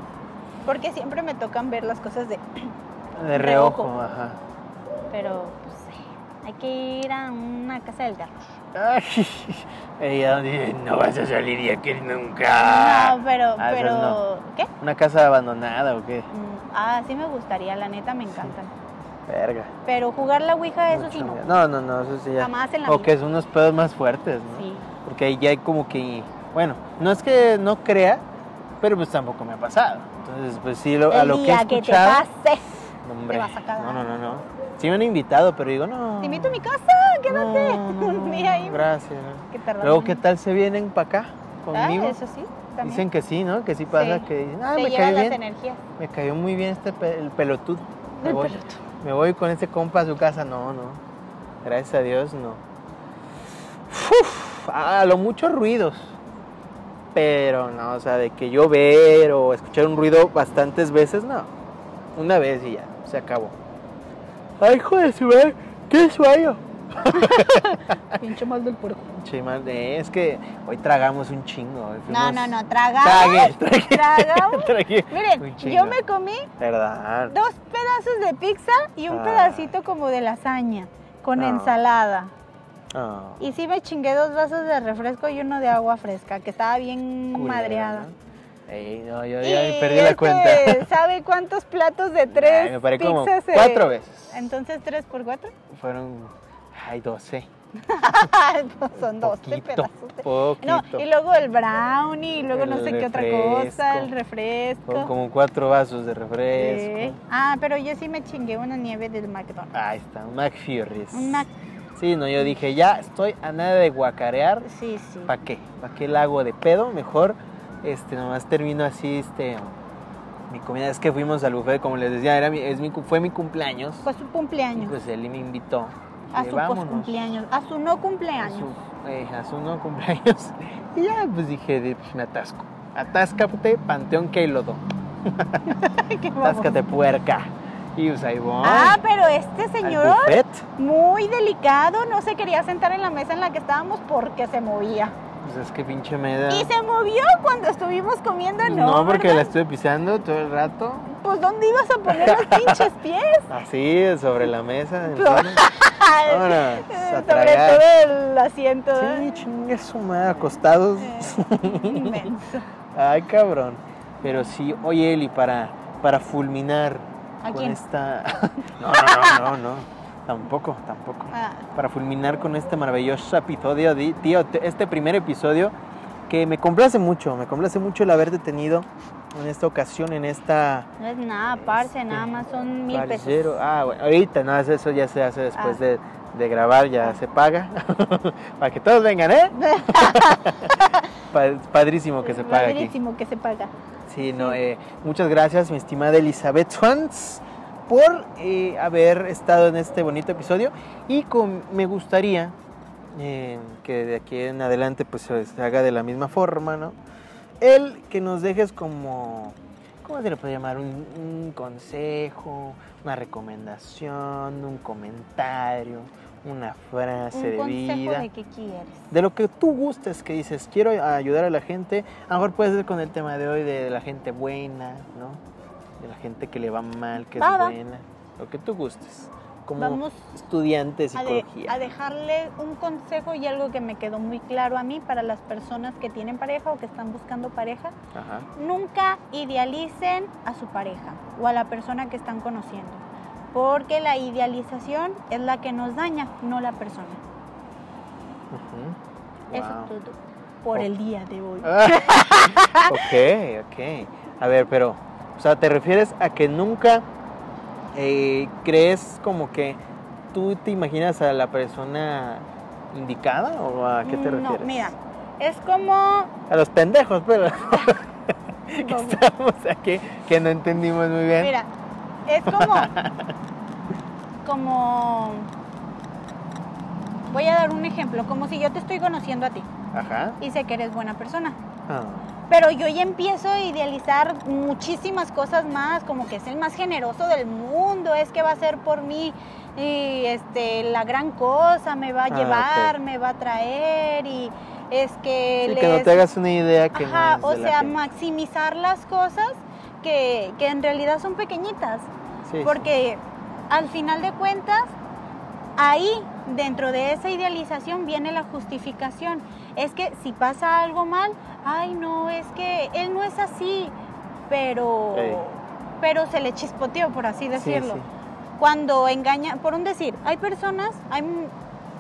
S4: Porque siempre me tocan ver las cosas de <laughs>
S3: De reojo,
S4: Reojo.
S3: ajá.
S4: Pero, pues, hay que ir a una casa del terror.
S3: Ay, <laughs> ella dice, no vas a salir de aquí nunca.
S4: no, pero,
S3: ah,
S4: pero,
S3: esas
S4: ¿qué?
S3: ¿Una casa abandonada o qué?
S4: Mm, Ah, sí me gustaría, la neta me encantan.
S3: Verga.
S4: Pero jugar la Ouija, eso sí
S3: Mucho
S4: no.
S3: miedo. No, no, no, eso sí ya.
S4: Jamás en la
S3: O
S4: vida.
S3: que son unos pedos más fuertes, ¿no?
S4: Sí.
S3: Porque ahí ya hay como que. Bueno, no es que no crea, pero pues tampoco me ha pasado. Entonces, pues sí, lo- a
S4: El
S3: lo que he
S4: día que, te
S3: escuchado.
S4: pases.
S3: no, hombre,
S4: vas a cagar.
S3: No, no, no, no. Sí me han invitado, pero digo, no.
S4: Te invito a mi casa,
S3: No,
S4: quédate. <laughs>
S3: no, no,
S4: Un día ahí.
S3: Gracias.
S4: Que tardan
S3: Luego,
S4: más.
S3: ¿qué tal se vienen para acá conmigo?
S4: Ah, eso sí, también.
S3: Dicen que sí, ¿no? Que sí pasa,
S4: Sí.
S3: que dicen, ah,
S4: Te
S3: me
S4: llevan
S3: cae
S4: las
S3: bien.
S4: energías.
S3: Me cayó muy bien este pe- el pelotudo. Me
S4: El
S3: voy, me voy con este compa a su casa. No, no. Gracias a Dios, no. Uf, a lo muchos ruidos. Pero no, o sea, de que yo ver o escuchar un ruido bastantes veces, no. Una vez y ya, se acabó. Ay, hijo de su madre, qué sueño.
S2: Pinche mal del puerco.
S3: Chimal, eh, es que hoy tragamos un chingo. hoy
S4: No,
S3: fuimos-
S4: no, no, tragamos.
S3: Tragué, tragué, <laughs>
S4: Tragamos.
S3: tragué un
S4: Miren,
S3: chingo.
S4: yo me comí
S3: Verdad.
S4: dos pedazos de pizza y un
S3: Ah.
S4: pedacito como de lasaña con
S3: Ah.
S4: ensalada.
S3: Ah.
S4: Y sí me chingué dos vasos de refresco y uno de agua fresca, que estaba bien
S3: Culero,
S4: madreada.
S3: ¿no? Ey, no, yo
S4: Y
S3: ya perdí la
S4: este,
S3: cuenta.
S4: ¿Sabe cuántos platos de
S3: Ay,
S4: tres
S3: me paré como
S4: pizzas, eh,
S3: cuatro veces.
S4: Entonces, ¿tres por cuatro? <laughs>
S3: Fueron, ay, doce.
S4: Pues son doce
S3: Poquito,
S4: pedazos. de-
S3: poquito.
S4: No, y luego el brownie, y luego
S3: El
S4: no sé qué otra
S3: refresco.
S4: cosa, el
S3: Fueron
S4: refresco.
S3: como cuatro vasos de
S4: Sí.
S3: refresco.
S4: Ah, pero yo sí me chingué una nieve del McDonald's.
S3: Ahí está, un McFlurries.
S4: Un Mac-
S3: Sí, no, yo dije, ya estoy a nada de guacarear.
S4: Sí, sí.
S3: ¿Para qué? ¿Para qué la hago de pedo? Mejor, este, nomás termino así, este... Mi comida es que fuimos al buffet, como les decía, era mi, es mi, cu- fue mi cumpleaños.
S4: Fue su
S3: Y
S4: cumpleaños.
S3: pues él me invitó.
S4: a
S3: Dije,
S4: su
S3: "Vámonos".
S4: cumpleaños, a su no
S3: a
S4: cumpleaños.
S3: su, eh, a su no cumpleaños. <laughs> Y ya, pues dije, de- pues, me atasco. Atáscate, Panteón Keilodo.
S4: <laughs> Qué baboso.
S3: Atáscate, puerca. Y pues ahí voy.
S4: Ah, pero este
S3: al
S4: señor,
S3: buffet.
S4: muy delicado, no se quería sentar en la mesa en la que estábamos porque se movía.
S3: Pues es que pinche me da.
S4: Y se movió cuando estuvimos comiendo, ¿no?
S3: no, porque la
S4: ¿verdad?
S3: estuve pisando todo el rato.
S4: Pues, ¿dónde ibas a
S3: <laughs>
S4: poner los pinches pies?
S3: Así, sobre la mesa.
S4: No.
S3: encima. Ahora, a
S4: <laughs> Sobre
S3: tragar.
S4: todo el asiento.
S3: Sí, chingue su madre, acostados.
S4: Eh, inmenso.
S3: <laughs> Ay, cabrón. Pero sí, oye, Eli, para, para fulminar
S4: ¿A
S3: con este.
S4: quién?
S3: esta. no, no, no, no, no. Tampoco, tampoco.
S4: Ah,
S3: Para fulminar con este maravilloso episodio, di- tío, te- este primer episodio que me complace mucho, me complace mucho el haberte tenido en esta ocasión, en esta.
S4: no es nada, parce, nada más son mil pesos.
S3: Caballero- Este Ah, bueno, ahorita no, eso ya se hace después
S4: Ah.
S3: de, de grabar, ya se paga. <laughs> para que todos vengan, ¿eh? <laughs> Pa- Padrísimo que se paga aquí.
S4: Padrísimo que se paga.
S3: Sí, no, eh, muchas gracias, mi estimada Elizabeth Swans, por eh, haber estado en este bonito episodio y con, me gustaría eh, que de aquí en adelante pues se haga de la misma forma, ¿no? El que nos dejes como, ¿cómo se le puede llamar? Un, un consejo, una recomendación, un comentario, una frase
S4: Un
S3: de
S4: consejo
S3: vida
S4: de qué quieres.
S3: de lo que tú gustes, que dices, quiero ayudar a la gente. A lo mejor puede ser con el tema de hoy de la gente buena, ¿no? De la gente que le va mal, que
S4: Va,
S3: es
S4: va.
S3: buena. Lo que tú gustes. Como
S4: Vamos
S3: estudiante de
S4: a, de-
S3: psicología.
S4: a dejarle un consejo y algo que me quedó muy claro a mí para las personas que tienen pareja o que están buscando pareja.
S3: Ajá.
S4: Nunca idealicen a su pareja o a la persona que están conociendo, porque la idealización es la que nos daña, no la persona.
S3: ujú.
S4: Eso
S3: Wow.
S4: es todo por el día de hoy.
S3: <laughs> ok, ok. A ver, pero, o sea, ¿te refieres a que nunca eh, crees como que tú te imaginas a la persona indicada o a qué te refieres?
S4: Mm, No, mira, es
S3: <laughs>
S4: como
S3: A los pendejos, pues. pero que <laughs>
S4: Vamos.
S3: estamos aquí, que no entendimos muy bien.
S4: Mira, es como.
S3: <laughs>
S4: como. Voy a dar un ejemplo, como si yo te estoy conociendo a ti
S3: Ajá.
S4: y sé que eres buena persona.
S3: Ah,
S4: Pero yo ya empiezo a idealizar muchísimas cosas más, como que es el más generoso del mundo, es que va a ser por mí y, este, la gran cosa, me va a
S3: Ah,
S4: llevar,
S3: ok.
S4: me va a traer y es que...
S3: sí,
S4: él
S3: que no
S4: es-
S3: te hagas una idea que
S4: Ajá,
S3: no
S4: o
S3: es de la
S4: sea,
S3: gente.
S4: maximizar las cosas que, que en realidad son pequeñitas.
S3: Sí, sí.
S4: Porque al final de cuentas, ahí, dentro de esa idealización, viene la justificación. Es que si pasa algo mal, ay no, es que él no es así, pero,
S3: Ey.
S4: pero se le chispoteó, por así
S3: Sí,
S4: decirlo.
S3: sí.
S4: Cuando engaña, por un decir, hay personas, hay mu-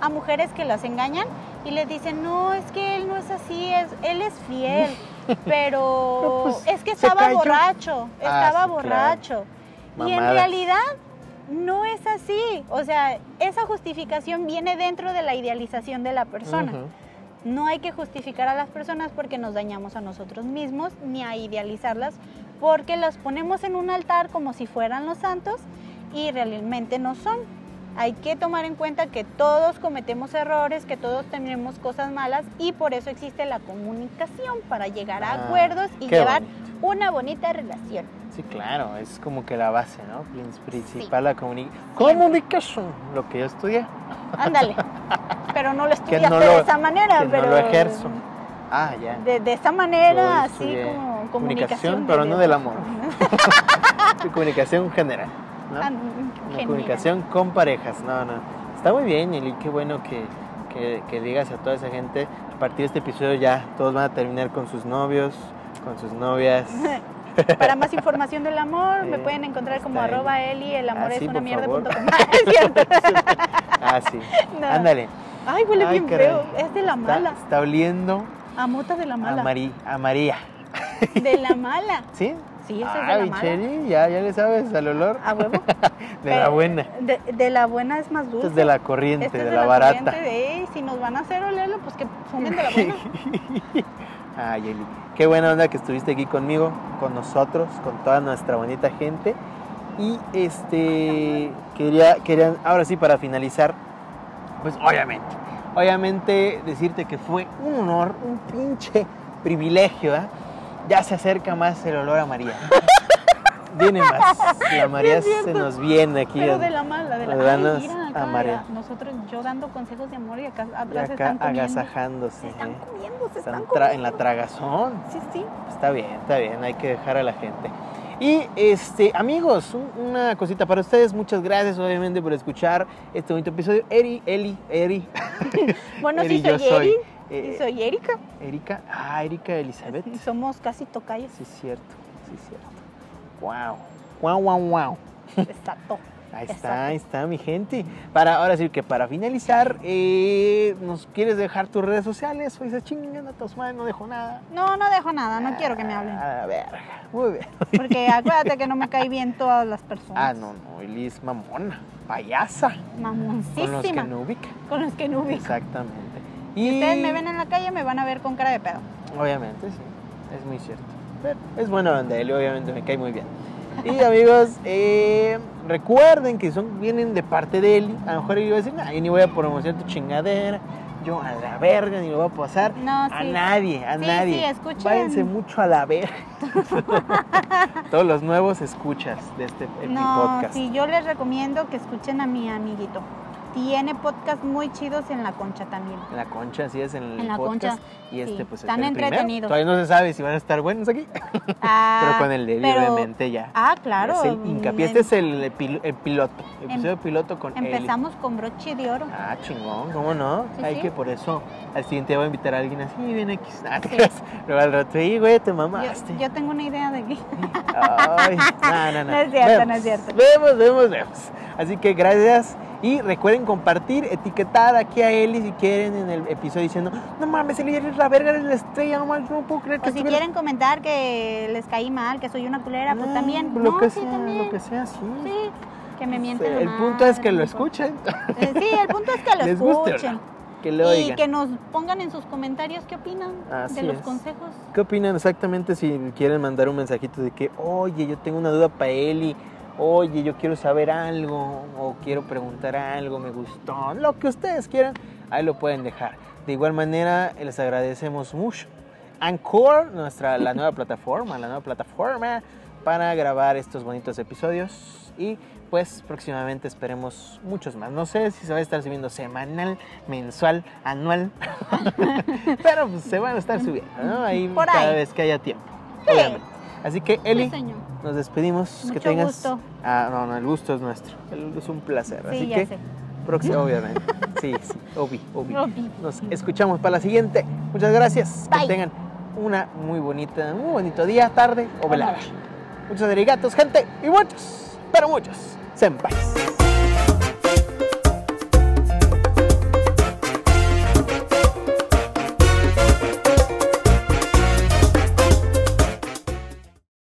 S4: a mujeres que las engañan y les dicen, no, es que él no es así, es, él es fiel,
S3: <laughs>
S4: pero
S3: No, pues,
S4: es que
S3: se
S4: estaba
S3: cayó.
S4: borracho,
S3: Ah,
S4: estaba
S3: sí, claro.
S4: borracho. Y en
S3: Mamadas.
S4: realidad no es así. O sea, esa justificación viene dentro de la idealización de la persona.
S3: Ujú.
S4: No hay que justificar a las personas porque nos dañamos a nosotros mismos ni a idealizarlas porque las ponemos en un altar como si fueran los santos y realmente no son. Hay que tomar en cuenta que todos cometemos errores, que todos tenemos cosas malas y por eso existe la comunicación para llegar a
S3: Ah,
S4: acuerdos y
S3: qué
S4: llevar
S3: bonito.
S4: una bonita relación.
S3: Sí, claro, es como que la base, ¿no? Prin- Principal la comuni- comunicación, lo que yo estudié,
S4: Ándale.
S3: <laughs>
S4: Pero no lo estudiaste
S3: no
S4: de
S3: lo-
S4: esa manera,
S3: que
S4: pero
S3: no lo ejerzo. Ah, ya.
S4: De, de esa manera,
S3: Yo
S4: así
S3: estudié
S4: como
S3: comunicación,
S4: comunicación.
S3: pero no del
S4: Dios.
S3: amor. <laughs> comunicación general, ¿no?
S4: Ah,
S3: Una
S4: genial.
S3: comunicación con parejas, no, no. Está muy bien, Eli, qué bueno que, que, que digas a toda esa gente. A partir de este episodio ya todos van a terminar con sus novios, con sus
S4: <laughs>
S3: novias.
S4: Para más información del amor, me
S3: Sí,
S4: pueden encontrar como
S3: está ahí.
S4: arroba Eli, el amor
S3: Ah,
S4: es
S3: sí,
S4: una
S3: por
S4: mierda.
S3: favor.
S4: punto
S3: <laughs>
S4: com. <laughs> Ah, es cierto.
S3: ah, sí.
S4: <laughs> No.
S3: Ándale.
S4: Ay, huele
S3: Ay,
S4: bien
S3: caray.
S4: feo. Es de la
S3: Está,
S4: mala.
S3: está oliendo
S4: A mota de la
S3: a,
S4: mala.
S3: Mari- a María.
S4: <laughs> De la mhala.
S3: ¿Sí?
S4: Sí, esa es de
S3: Ay,
S4: la mala.
S3: Cheli, ya, ya le sabes al olor
S4: A huevo.
S3: <laughs> de la
S4: Pero-
S3: buena.
S4: De, de la buena es más
S3: Esta
S4: dulce.
S3: es de la corriente,
S4: Esta
S3: de,
S4: es
S3: la, barata.
S4: corriente de, "Ey, si nos van a hacer olerlo, pues que fumen
S3: <laughs>
S4: de la buena.
S3: Ay, Eli, qué buena onda que estuviste aquí conmigo, con nosotros, con toda nuestra bonita gente. Y este, quería, quería, ahora sí, para finalizar, pues obviamente, obviamente decirte que fue un honor, un pinche privilegio, ¿ah? Ya se acerca más el olor a María. Viene más, la María
S4: es cierto.
S3: se nos viene aquí.
S4: Pero
S3: en-
S4: de la mala, de la
S3: Nos van a-
S4: Ay, mira, acá,
S3: a marear.
S4: Nosotros, yo dando consejos de amor y acá
S3: y
S4: atrás se
S3: acá
S4: están comiendo.
S3: agasajándose.
S4: Se están
S3: ¿eh?
S4: comiendo, se
S3: Están
S4: están
S3: tra-
S4: comiendo.
S3: en la tragazón.
S4: Sí, sí.
S3: Está bien, está bien, hay que dejar a la gente. Y este, amigos, un- una cosita para ustedes, muchas gracias obviamente por escuchar este bonito episodio. Eri, Eli, Eri.
S4: Bueno,
S3: Eri,
S4: sí soy Eri.
S3: Eh,
S4: Y soy Erika.
S3: Erika, ah, Erika Elizabeth.
S4: Sí, Somos casi tocayos.
S3: Sí, es cierto, sí, es cierto. Wow, wow, wow, wow.
S4: Exacto.
S3: Ahí
S4: Exacto.
S3: está, ahí está mi gente. Para ahora sí que para finalizar, eh, ¿nos quieres dejar tus redes sociales? Oye, se chingan a tus madres, no dejo nada.
S4: No, no dejo nada, no quiero que me hablen.
S3: A ver, muy bien.
S4: Porque acuérdate que no me cae bien todas las personas.
S3: Ah, no, no, Eli es mamona, payasa. Con los que
S4: Mamoncísima.
S3: no ubican.
S4: Con los que no <laughs> ubico.
S3: Exactamente. Y
S4: Ustedes me ven en la calle, me van a ver con cara de pedo.
S3: Obviamente, sí. Es muy cierto. Pero es buena onda, él obviamente me cae muy bien. Y amigos, <laughs> eh, Recuerden que son, vienen de parte de Eli. A lo mejor yo iba a decir, nah, yo ni voy a promocionar tu chingadera. Yo a la verga ni lo voy a pasar.
S4: No,
S3: A
S4: Ah, sí.
S3: nadie, a
S4: Sí,
S3: nadie.
S4: sí, escuchen.
S3: Váyanse mucho a la
S4: <laughs>
S3: verga. <laughs> Todos los nuevos escuchas de este epi-
S4: No,
S3: podcast.
S4: sí, yo les recomiendo que escuchen a mi amiguito. Tiene podcast muy chidos en la concha también.
S3: En la concha, así es, en el
S4: En la
S3: podcast.
S4: concha,
S3: y este,
S4: sí.
S3: pues, es
S4: Están
S3: el primero.
S4: entretenidos.
S3: Todavía no se sabe si van a estar buenos aquí. <laughs>
S4: Ah,
S3: <laughs> pero con el de Eli,
S4: pero-
S3: obviamente, ya.
S4: Ah, claro. em
S3: Es el hincapié. Este es el, epi- el piloto, el episodio piloto con Eli.
S4: Empezamos con broche de oro.
S3: Ah, chingón, ¿cómo no?
S4: Sí,
S3: Hay
S4: sí.
S3: que por eso al siguiente voy a invitar a alguien así, bien X. Ah, te <laughs>
S4: Sí.
S3: creas. Luego al rato, "Ey, güey, te
S4: Yo,
S3: mamaste.
S4: yo tengo una idea de que <laughs>
S3: Ay, no, no, no.
S4: No es cierto, no es cierto.
S3: Vemos, vemos, vemos. Así que gracias. Y recuerden compartir, etiquetar aquí a Eli si quieren en el episodio diciendo, no mames, Eli eres la verga, eres la estrella, no mames, no puedo creer que
S4: O si
S3: estuviera-".
S4: quieren comentar que les caí mal, que soy una culera, pues
S3: Ah,
S4: también.
S3: Lo
S4: No,
S3: que
S4: sí,
S3: sea,
S4: también.
S3: lo que sea, sí.
S4: Sí, que me mienten. la
S3: el punto es
S4: madre,
S3: que
S4: no
S3: lo
S4: me importa.
S3: escuchen,
S4: Eh, Sí, el punto es que
S3: <laughs>
S4: lo
S3: les guste, o
S4: escuchen.
S3: no, que lo
S4: y
S3: oigan.
S4: que nos pongan en sus comentarios qué opinan
S3: Así
S4: de los
S3: es.
S4: consejos.
S3: ¿Qué opinan exactamente si quieren mandar un mensajito de que, oye, yo tengo una duda para Eli, oye, yo quiero saber algo, o quiero preguntar algo, me gustó, lo que ustedes quieran, ahí lo pueden dejar. De igual manera, les agradecemos mucho. Anchor, nuestra, la nueva plataforma, la nueva plataforma para grabar estos bonitos episodios y pues próximamente esperemos muchos más. No sé si se va a estar subiendo semanal, mensual, anual, <laughs> pero pues, se van a estar subiendo, ¿no? Ahí
S4: Por
S3: cada
S4: ahí.
S3: vez que haya tiempo.
S4: Sí.
S3: obviamente. Así que Eli,
S4: Sí, señor.
S3: nos despedimos. que
S4: Mucho
S3: tengas...
S4: gusto.
S3: Ah, no, no, el gusto es nuestro. El- es un placer. Así
S4: Sí, ya
S3: que
S4: sé.
S3: próximo, obviamente. Sí, sí, obvi, obvi.
S4: Obvi.
S3: Nos escuchamos para la siguiente. Muchas gracias. Que
S4: Bye.
S3: tengan una muy bonita, muy bonito día, tarde o velada. Muchos derigatos, gente, y muchos, pero muchos, senpais.